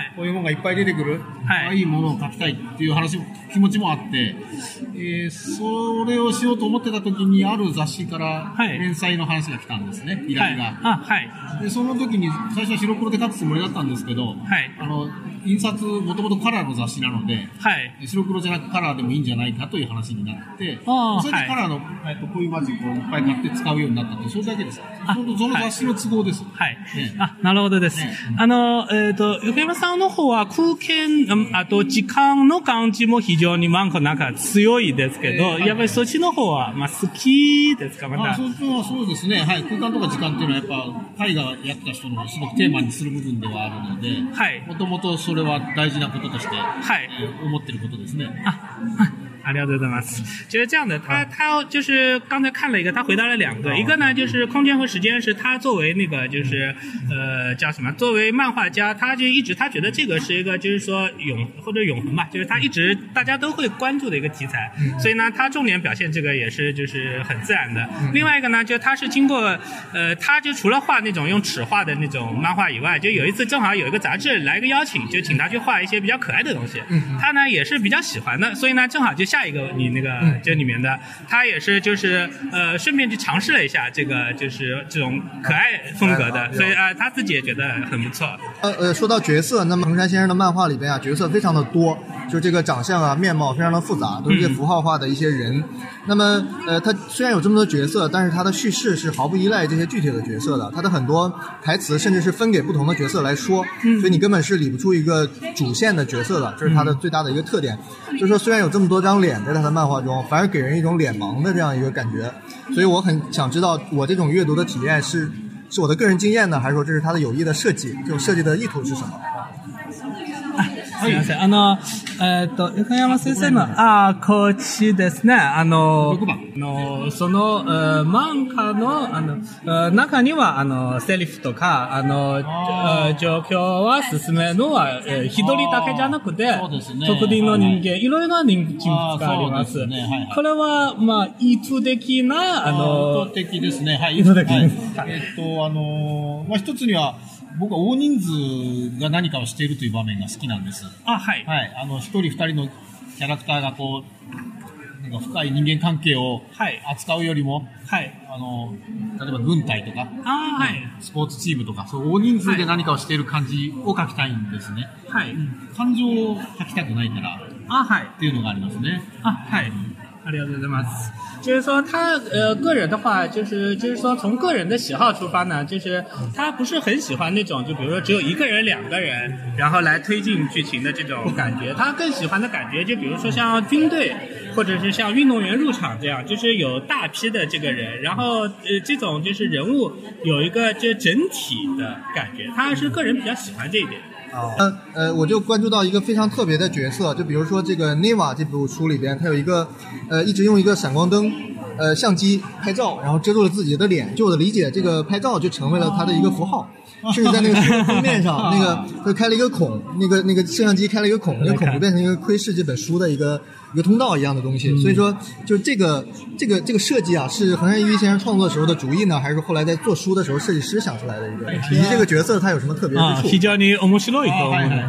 S6: い。
S7: こういうものがいっぱい出てくる、
S6: はい
S7: 可愛いものを描きたいっていう話も気持ちもあって、えーそれをしようと思ってた時にある雑誌から
S6: はい
S7: 連載の話が来たんですね、依
S6: は
S7: 頼
S6: い。
S7: が。
S6: あ、はい。
S7: でその時に最初は白黒で描くつもりだったんですけど、
S6: はい
S7: あの印刷もともとカラーの雑誌なので、
S6: はい。
S7: 白黒じゃなくカラーでもいいんじゃないかという話になって、
S6: あー
S7: それでカラーの、えっとこういうマジックをいっぱい買って使うようになったと、それだけです。そのその雑誌の都合です。
S6: はい
S7: ね。
S6: あ、なるほどです
S7: ね。
S6: あの、えっと、横山さんの方は空間、うんあと時間の感じも非常にマンコなんか強いですけ
S7: え
S6: ど、
S7: ーはい
S6: やっぱりそっちの方は、まあ、好きですか、ま
S7: まあ、
S6: た
S7: そ。っちはそうですね、はい、空間とか時間っていうのは、やっぱ、絵画やった人のすごくテーマにする部分ではあるので、
S6: はい
S7: もともとそれは大事なこととして、
S6: はい。
S7: えー思ってることですね。
S6: 啊，廖德德马斯就是这样的，他他就是刚才看了一个，他回答了两个，一个呢就是空间和时间是他作为那个就是呃叫什么，作为漫画家，他就一直他觉得这个是一个就是说永或者永恒吧，就是他一直大家都会关注的一个题材，所以呢他重点表现这个也是就是很自然的。另外一个呢，就他是经过呃，他就除了画那种用纸画的那种漫画以外，就有一次正好有一个杂志来个邀请，就请他去画一些比较可爱的东西，他呢也是比较喜欢的，所以呢正好就下。下一个你那个这里面的，他也是就是呃顺便去尝试了一下这个就是这种可爱风格
S4: 可爱
S6: 的，
S4: 的
S6: 所以啊、呃他自己也觉得很不错。
S4: 呃呃，说到角色，那么横山先生的漫画里边啊，角色非常的多，就这个长相啊、面貌非常的复杂，都是一些符号化的一些人。那么呃，他虽然有这么多角色，但是他的叙事是毫不依赖这些具体的角色的，他的很多台词甚至是分给不同的角色来说，所以你根本是理不出一个主线的角色的，这是他的最大的一个特点。就是说，虽然有这么多张脸在他的漫画中，反而给人一种脸盲的这样一个感觉。所以我很想知道，我这种阅读的体验是是我的个人经验呢，还是说这是他的有意的设计？这种设计的意图是什么？
S8: すみません。あの、えーっ、と、横山先生の、あーコーチですね。あの、あのその、えー漫画の、あの、えー中には、あの、セリフとか、あの、えー状況は進めるのは、えー一人だけじゃなくて、
S7: そうですね
S8: 特定の人間、いろいろな人人物がありま
S7: あーそ
S8: す。
S7: うですねはいはい
S8: これは、まあ、意図的な、あ
S7: 圧
S8: の
S7: 倒、的ですね。はい。
S8: 意図的
S7: は
S8: で
S7: い
S8: す、
S7: えっと、あのーまあ、一つには、僕は大人数が何かをしているという場面が好きなんです。
S6: 啊，嗨，
S7: はい。あの、一人二人のキャラクターがこう、なんか深い人間関係を
S6: はい
S7: 扱うよりも、
S6: 嗨，
S7: あの、例えば軍隊とか、
S6: 啊，嗨，
S7: スポーツチームとか、そう大人数で何かをしている感じを描きたいんですね。
S6: 嗨，
S7: 感情を描きたくないから、っ
S6: 啊，嗨。
S7: ていうのがありますね。
S6: 啊，嗨，阿里奥多德马斯。就是说他呃个人的话，就是就是说从个人的喜好出发呢，就是他不是很喜欢那种就比如说只有一个人、两个人，然后来推进剧情的这种感觉。他更喜欢的感觉，就比如说像军队或者是像运动员入场这样，就是有大批的这个人，然后呃这种就是人物有一个这整体的感觉。他是个人比较喜欢这一点。
S4: 呃呃，我就关注到一个非常特别的角色，就比如说这个《Neva》这部书里边，他有一个呃一直用一个闪光灯。呃，相机拍照，然后遮住了自己的脸。就我的理解，这个拍照就成为了他的一个符号，甚至在那个书的封面 上，那个就开了一个孔，那个那个摄像机开了一个孔，那个孔就变成一个窥视这本书的一个一个通道一样的东西。所以说，就这个这个这个设计啊，是横山裕一先生创作时候的主意呢，还是说后来在做书的时候设计师想出来的一个？以及这个角色他有什么特别之处？
S8: 常に面白い
S7: あはいはい、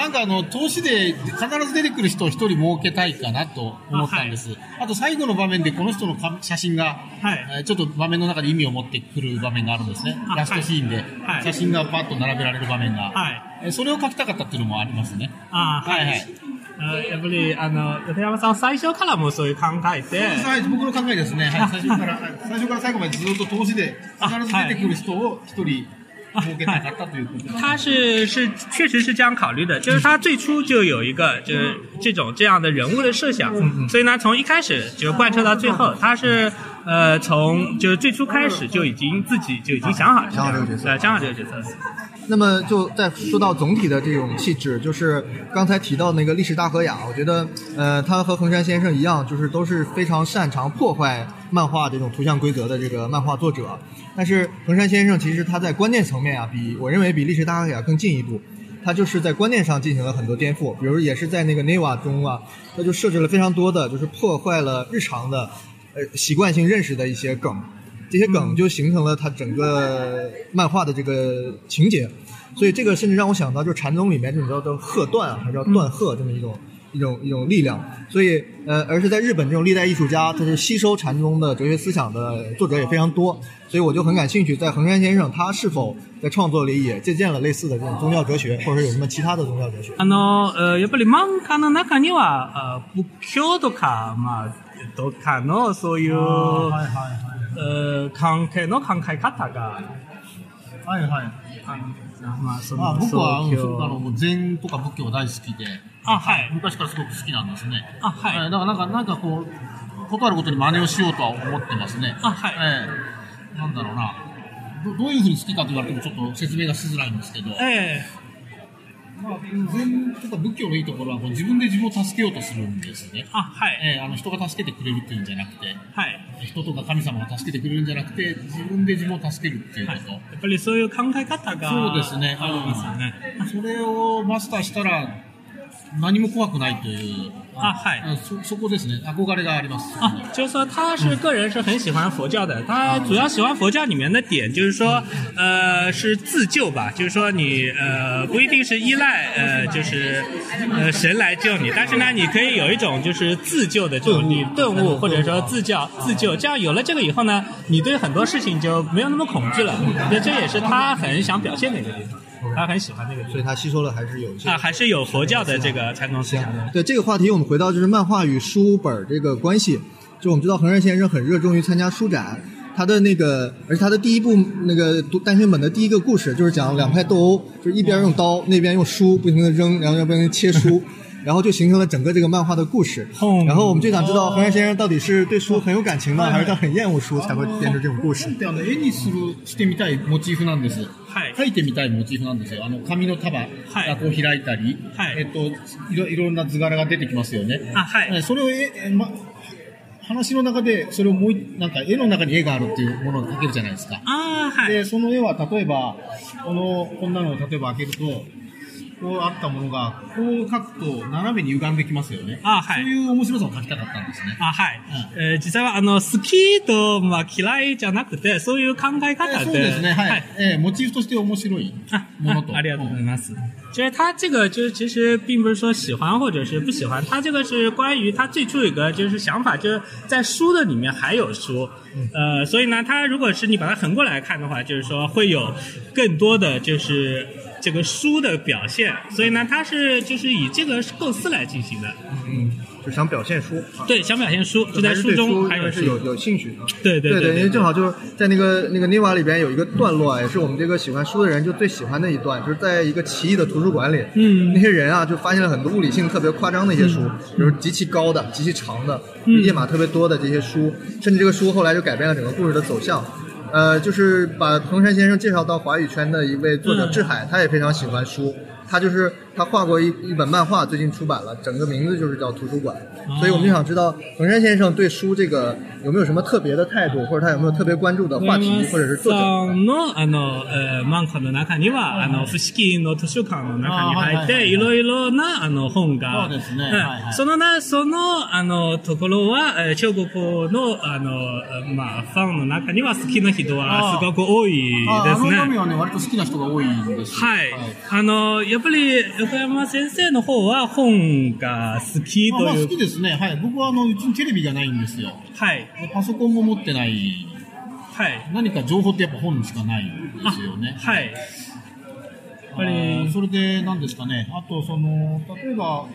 S7: なんかあの投資で必ず出てくる人を一人設けたいかなと思ったんですあ,、と最後の場面でこの人のか写真が、
S6: はい
S7: えーちょっと場面の中で意味を持ってくる場面があるんですね
S6: あ
S7: ラストシーンで、
S6: はい
S7: 写真がパッと並べられる場面が、
S6: 嗨。
S7: えーそれを描きたかったっていうのもありますね
S4: 啊
S6: あーはい、
S7: は
S6: はい
S7: はいい、
S4: 呃
S6: あやっぱりあの片山さん最初からもうそういう考えて
S7: はい僕の考えですね、はい、最初からはい最初から最後までずっと投資で必ず出てくる人を一人設けたかったということです
S6: 他是是确实是这样考虑的，就是他最初就有一个就是这种这样的人物的设想，所以呢，从一开始就贯彻到最后，他是呃从就是最初开始就已经自己就已经想好
S4: 想好这个角色
S6: 对，想好这个角色，
S4: 那么就再说到总体的这种气质，就是刚才提到那个历史大和雅，我觉得呃，他和横山先生一样，就是都是非常擅长破坏漫画这种图像规则的这个漫画作者。但是横山先生其实他在观念层面啊，比我认为比历史大和雅更进一步。他就是在观念上进行了很多颠覆，比如也是在那个 Neva 中啊，他就设置了非常多的，就是破坏了日常的呃习惯性认识的一些梗，这些梗就形成了它整个漫画的这个情节，所以这个甚至让我想到，就是禅宗里面这种叫做鹤断啊，还是叫断鹤这么一种一种一种力量。所以呃，而是在日本这种历代艺术家，他是吸收禅宗的哲学思想的作者也非常多，所以我就很感兴趣，在横山先生他是否在创作里也借鉴了类似的这种宗教哲学，或者是有什么其他的宗教哲学？
S8: あの、えーやっぱり漫画の中には、あー仏教とか、まあ、どっかのそういう、えー関係の考え方が、
S7: はいはい
S8: あのまあ、そ
S7: まあ、
S8: の、
S7: 僕は、うん
S8: 宗教
S7: あの、もう禅とか仏教が大好きで、
S8: あ、はい。
S7: 昔からすごく好きなんですね。
S8: あ、はい。
S7: えーだから、なんか、なんかこう、ことあることに真似をしようとは思ってますね。
S8: あはい
S7: ええなんだろうな。どどういうふうに好きかと言われてもちょっと説明がしづらいんですけど、
S8: え
S7: まあ、禅とか仏教のいいところはこう自分で自分を助けようとするんですね。
S8: あ、はい。
S7: ええあの人が助けてくれるっていうんじゃなくて、
S8: はい。
S7: 人とか神様が助けてくれるんじゃなくて、自分で自分を助けるっていうこと。
S8: やっぱりそういう考え方が、
S7: そうですね
S8: ありますよね。
S7: それをマスターしたら、何も怖くないという。
S6: あはい
S7: あそそこですね。憧れがあります。
S6: 啊， 就是说他是个人是很喜欢佛教的，他主要喜欢佛教里面的点就是说，呃，是自救吧，就是说你呃不一定是依赖呃就是呃神来救你，但是呢，你可以有一种就是自救的这种你顿悟或者说自教自救，这样有了这个以后呢，你对很多事情就没有那么恐惧了，那这也是他很想表现的一个地方，他很喜欢这个地
S4: 所以它吸收了还是有一些
S6: 方啊，还是有佛教的这个禅宗思想的。
S4: 对这个话题，我们回到就是漫画与书本这个关系。就我们知道，横山先生很热衷于参加书展，他的那个，而且他的第一部那个读单行本的第一个故事，就是讲两派斗殴，就是一边用刀，那边用书不停的扔，然后要不然切书，然后就形成了整个这个漫画的故事。
S6: 嗯
S4: 然后我们就想知道，横山先生到底是对书很有感
S6: 哦
S4: 情呢，还是他很厌恶书才会变成这种故事？
S7: であの絵にするしてみたいモチーフなんです。
S6: はい
S7: 描いてみたいモチーフなんですよ。あの紙の束がこう開いたり、
S6: はい
S7: えっといろいろんな図柄が出てきますよね。
S6: あはい
S7: えそれをええま話の中でそれをもういなんか絵の中に絵があるっていうものを描けるじゃないですか。
S6: 啊，嗨。
S7: でその絵は例えばこのこんなのを例えば開けるとこうあったものがこう描くと斜めに歪んできますよね。
S6: あはい
S7: そういう面白さを描きたかったんですね。
S6: あ、はい。えー実際は、あの、好きと、まあ、嫌いじゃなくて、そういう考え方
S7: え
S6: で。
S7: そうですね、はい。えーモチーフとして面白い
S6: 啊
S7: もの
S6: 啊
S7: と。
S6: ありがとうございます。就是他这个，就是其实并不是说喜欢或者是不喜欢，他这个是关于他最初有一个就是想法，就是在书的里面还有书，呃，所以呢，他如果是你把它横过来看的话，就是说会有更多的就是这个书的表现，所以呢，他是就是以这个构思来进行的，
S4: 就想表现书。
S6: 对，想表现书，就在
S4: 还是
S6: 书
S4: 对
S6: 中还
S4: 还
S6: 有
S4: 是
S6: 书
S4: 有，有兴趣的。
S6: 对对
S4: 对
S6: 对
S4: 因为正好就是在那个那个 Niva 里边有一个段落啊，也是我们这个喜欢书的人就最喜欢的一段，就是在一个奇异的图书馆里，
S6: 嗯
S4: 那些人啊就发现了很多物理性特别夸张的一些书，比如极其高的、极其长的、
S6: 嗯
S4: 页码特别多的这些书，甚至这个书后来就改变了整个故事的走向。呃，就是把彭山先生介绍到华语圈的一位作者
S6: 嗯
S4: 志海，他也非常喜欢书。他就是他画过一一本漫画，最近出版了，整个名字就是叫《图书馆》，所以我们就想知道彭山先生对书这个有没有什么特别的态度，或者他有没有特别关注的话题
S6: 嗯
S4: 或者是作者？
S6: さんのあの、えー、マンコの中には、あの、伏木の図書館の中に入っ
S7: あーはいはいは
S6: て、
S7: い
S6: いろいろな、あの、本が。
S7: そうですねはい
S6: ん
S7: はい
S6: そのな、その、あの、ところは、えー中国語の、あの、まあ、ファンの中には好きな人は
S7: あ
S6: す
S7: ー
S6: ごく多い
S7: あ
S6: で
S7: あ
S6: す
S7: の
S6: ね。
S7: 紙はね、割と好きな人が多いんですよ
S6: はい。あの、やっぱり、横山先生の方は本が好き
S7: まあ
S6: と
S7: まあ
S6: い
S7: 好
S6: う。
S7: きですね。はい。僕はあの、うちにテレビがないんですよ。
S6: はい。
S7: でパソコンも持ってない。
S6: はい。
S7: 何か情報ってやっぱ本しかないんですよね。
S6: はい。
S7: やっぱり、それで何ですかね。あと、その、例えば、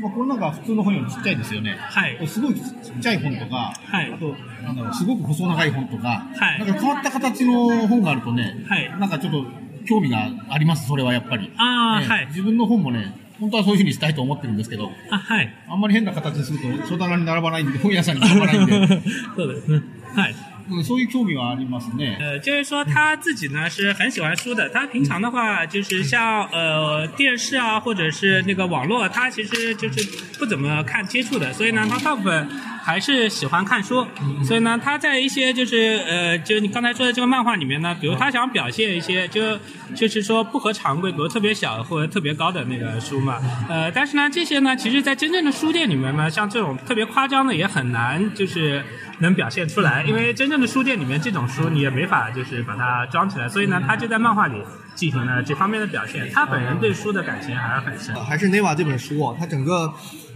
S7: まあ、この中は普通の本よりちっちゃいですよね。
S6: はい
S7: すごいちっちゃい本とか、
S6: はい
S7: あと、なんだろう、すごく細長い本とか、
S6: はい
S7: なんか変わった形の本があるとね、
S6: はい
S7: なんかちょっと興味があります、それはやっぱり。
S6: あー
S7: ね
S6: はい
S7: 自分の本もね、本当はそういうふうにしたいと思ってるんですけど、
S6: あ、はい。
S7: あんまり変な形にすると、書棚に並ばないんで、本屋さんに並ばないん で、
S6: そうですね。はい。
S7: うんそういう興味はありますね。
S6: 嗯呃，就是说他自己呢是很喜欢书的。他平常的话，就是像呃电视啊，或者是那个网络，他其实就是不怎么看接触的。所以呢，他大部分还是喜欢看书。所以呢，他在一些就是呃，就你刚才说的这个漫画里面呢，比如他想表现一些就就是说不合常规，比如特别小或者特别高的那个书嘛。呃，但是呢，这些呢，其实在真正的书店里面呢，像这种特别夸张的也很难就是能表现出来，因为真正的书店里面这种书你也没法就是把它装起来，所以呢，他就在漫画里进行了这方面的表现。他本人对书的感情还是很深。
S4: 还是 Neva 这本书啊，它整个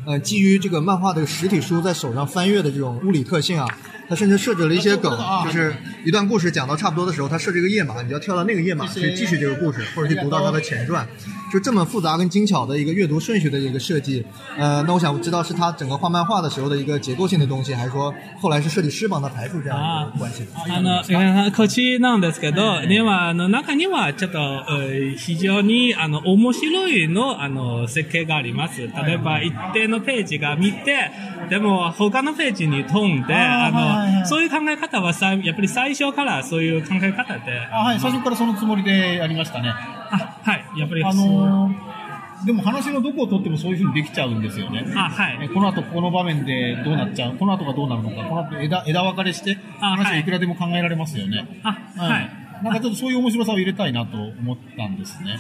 S4: 呃基于这个漫画的实体书在手上翻阅的这种物理特性啊，它甚至设置了一些梗，就是一段故事讲到差不多的时候，它设置一个页码，你要跳到那个页码去继续这个故事，或者去读到它的前传，就这么复杂跟精巧的一个阅读顺序的一个设计。呃，那我想知道是他整个画漫画的时候的一个结构性的东西，还是说后来是设计师帮他排出这样一
S6: 啊
S4: 个关系？
S6: あの、こっちなんですけど、では、あの、中には、ちょっと、えー非常に、あの、面白いの、あの、設計があります。例えば、一定のページが見て、でも、他のページに飛んで、あの、そういう考え方はさ、やっぱり最初からそういう考え方で、
S7: あはい、最初からそのつもりでやりましたね。
S6: あ、はい、やっぱり、
S7: あのーでも話のどこを取ってもそういうふうにできちゃうんですよね。
S6: あ、は
S7: え
S6: い。
S7: この後この場面でどうなっちゃう、この後がどうなるのか、この後枝枝分かれして
S6: あ
S7: 話
S6: は
S7: が
S6: い
S7: いくらでも考えられますよね。
S6: あ、はい。
S7: なんかちょっとそういう面白さを入れたいなと思ったんですね。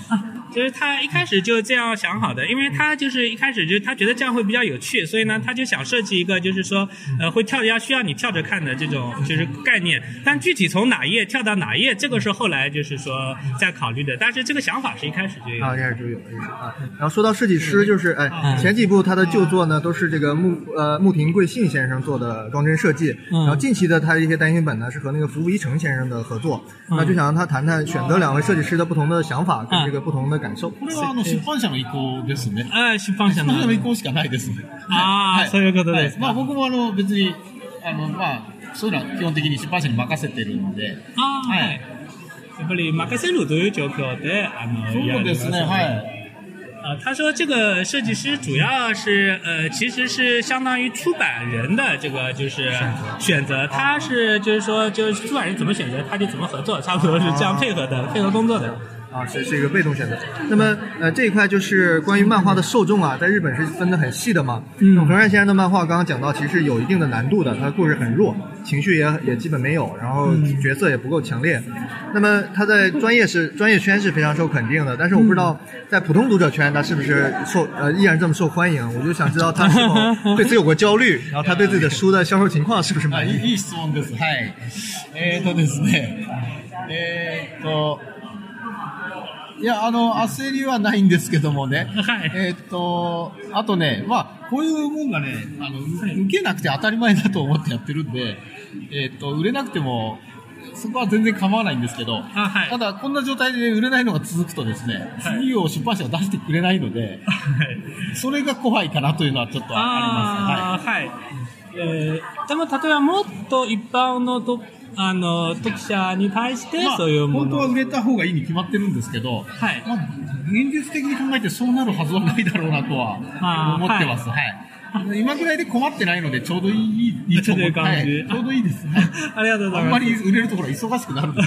S6: 就是他一开始就这样想好的，因为他就是一开始就他觉得这样会比较有趣，所以呢，他就想设计一个就是说，呃，会跳要需要你跳着看的这种就是概念。但具体从哪页跳到哪页，这个是后来就是说在考虑的。但是这个想法是一开始就有
S4: 啊，这样就有了啊。然后说到设计师，就是哎，前几部他的旧作呢，都是这个木呃木庭贵信先生做的装帧设计。然后近期的他一些单行本呢，是和那个服部一成先生的合作。那就想让他谈谈选择两位设计师的不同的想法跟这个不同的感受。
S7: これはあの出版社の意向ですね。
S6: 呃，是方向
S7: 出版社の
S6: 的
S7: 意向しかないですね。
S6: あー
S7: はい
S6: そういうことですね
S7: はいまあ僕もあの別に、あのまあ、そういうのは基本的に出版社に任せてるんで。
S6: 啊。
S7: はい。
S6: やっぱり任せるという状況で、あの
S7: そうですね、は。
S6: やります
S7: い。
S6: 呃，他说这个设计师主要是呃，其实是相当于出版人的这个就是选择，他是就是说就是出版人怎么选择，他就怎么合作，差不多是这
S7: 啊
S6: 样配合的，配合工作的。
S4: 啊，是是一个被动选择。那么，呃，这一块就是关于漫画的受众啊，在日本是分得很细的嘛。嗯，横山先生的漫画刚刚讲到，其实有一定的难度的，他的故事很弱，情绪也也基本没有，然后角色也不够强烈。那么他在专业是专业圈是非常受肯定的，但是我不知道在普通读者圈他是不是受呃依然这么受欢迎。我就想知道他是否对此有过焦虑，然后他对自己的书的销售情况是不是
S7: あ
S4: 满
S7: い
S4: 意？
S7: いいい質問です。はい。えっ、ー、とですね。えっ、ー、と、いや、あの、焦りはないんですけどもね。
S6: はい
S7: えっ、ー、と、あとね、まあ、こういうもんがね、あの、受けなくて当たり前だと思ってやってるんで、えっ、ー、と、売れなくても、そこは全然構わないんですけど、
S6: はい
S7: ただ、こんな状態で売れないのが続くとですね、
S6: はい
S7: 次を出版社が出してくれないので、それが怖いかなというのはちょっとあります。はい
S6: あーはい。えー、でも例えばもっと啊一般のとあの読者に対して
S7: まあ
S6: そういうも
S7: 本当は
S6: の。
S7: 売れた方がいいに決まってるんですけど、
S6: はい
S7: まあ、現実的に考えてそうなるはずはないだろうなとは
S6: あー
S7: 思ってます。はい今ぐらいで困ってないのでちょうどいい、 いいと思って
S6: ちょうどいい感じ
S7: はちょうどいいですね。
S6: ありがとうご
S7: あ
S6: ざい
S7: ん
S6: ます。
S7: まり売れるところは忙しくな るんで、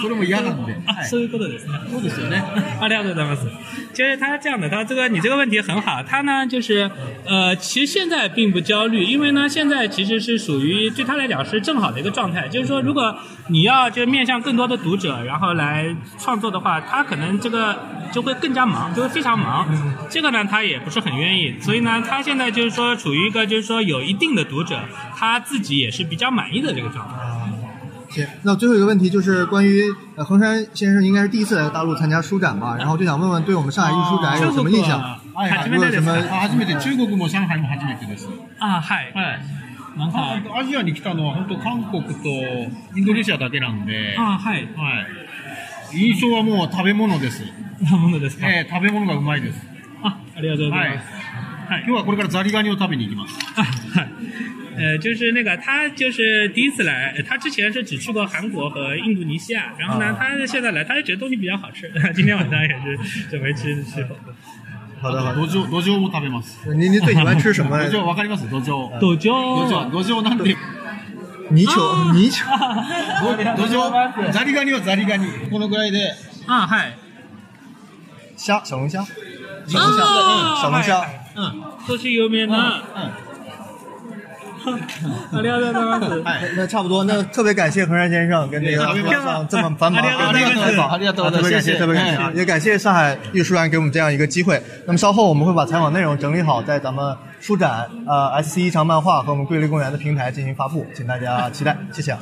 S7: それも嫌なんで。は
S6: あ、
S7: い、
S6: そ
S7: そうう
S6: いうことですね。
S7: ですよね。
S6: ありがとうございます。其实他是这样的，他这个你这个问题很好，他呢就是呃，其实现在并不焦虑，因为呢现在其实是属于对他来讲是正好的一个状态，就是说如果你要就面向更多的读者，然后来创作的话，他可能这个就会更加忙，就会非常忙。这个呢他也不是很愿意，所以呢他现在就是说处于一个就是说有一定的读者，他自己也是比较满意的这个状态。
S4: 行，那最后一个问题就是关于呃，横山先生应该是第一次来大陆参加书展吧，然后就想问问对我们上海艺术展有什么印象？
S7: はい
S6: 初
S7: は
S4: 初
S7: い、
S6: め
S4: め
S6: て
S4: てです
S6: で
S4: す
S6: か
S4: か
S7: あ初めて、中国も上海も初めてです。
S6: 啊，嗨，
S7: はい。
S6: 蛮好
S7: あアジアに来たのは本当韓国とインドネシアだけなんで、は
S6: 啊，嗨，
S7: い。印象はもう食べ物です。
S6: 那么多ですか？
S7: えー食べ物がうまいです。
S6: 啊，ありがとうございます。はい
S7: 今日はこれからザリガニを食べに行きます。
S6: 呃，就是那个他就是第一次来，呃他之前是只去过韩国和印度尼西亚，然后呢，他现在来，他就觉得东西比较好吃。 今天晚上也是准备吃吃火锅。
S4: 好的，好的。
S7: 土壌、土壌も食べます。
S4: 您您最喜欢吃什
S7: 土
S4: 么？
S7: 壌わかります土壌。土
S6: 豆浆
S7: 壌、土壌なんて、
S4: 泥鳅，泥鳅。
S7: 土土壌、ザリガニはザリガニ。このぐらいで、
S6: 啊，嗨，
S4: 虾，小龙虾，小龙虾，
S6: 哦
S4: 嗯，小龙虾。
S7: うん、
S6: 都是有名的。 ありがとうございます。
S4: 那那差不多，那特别感谢何山先生跟这个
S7: 哎
S4: 何先生这么繁忙，
S7: 啊
S4: 的采访，
S7: 啊
S4: 啊特别感
S7: 谢
S4: 谢，
S7: 谢
S4: 特别感
S7: 哎
S4: 谢，也感谢上海艺术院给我们这样一个机会。那么稍后我们会把采访内容整理好，在咱们书展、呃 S C 一长漫画和我们桂林公园的平台进行发布，请大家期待，谢谢啊。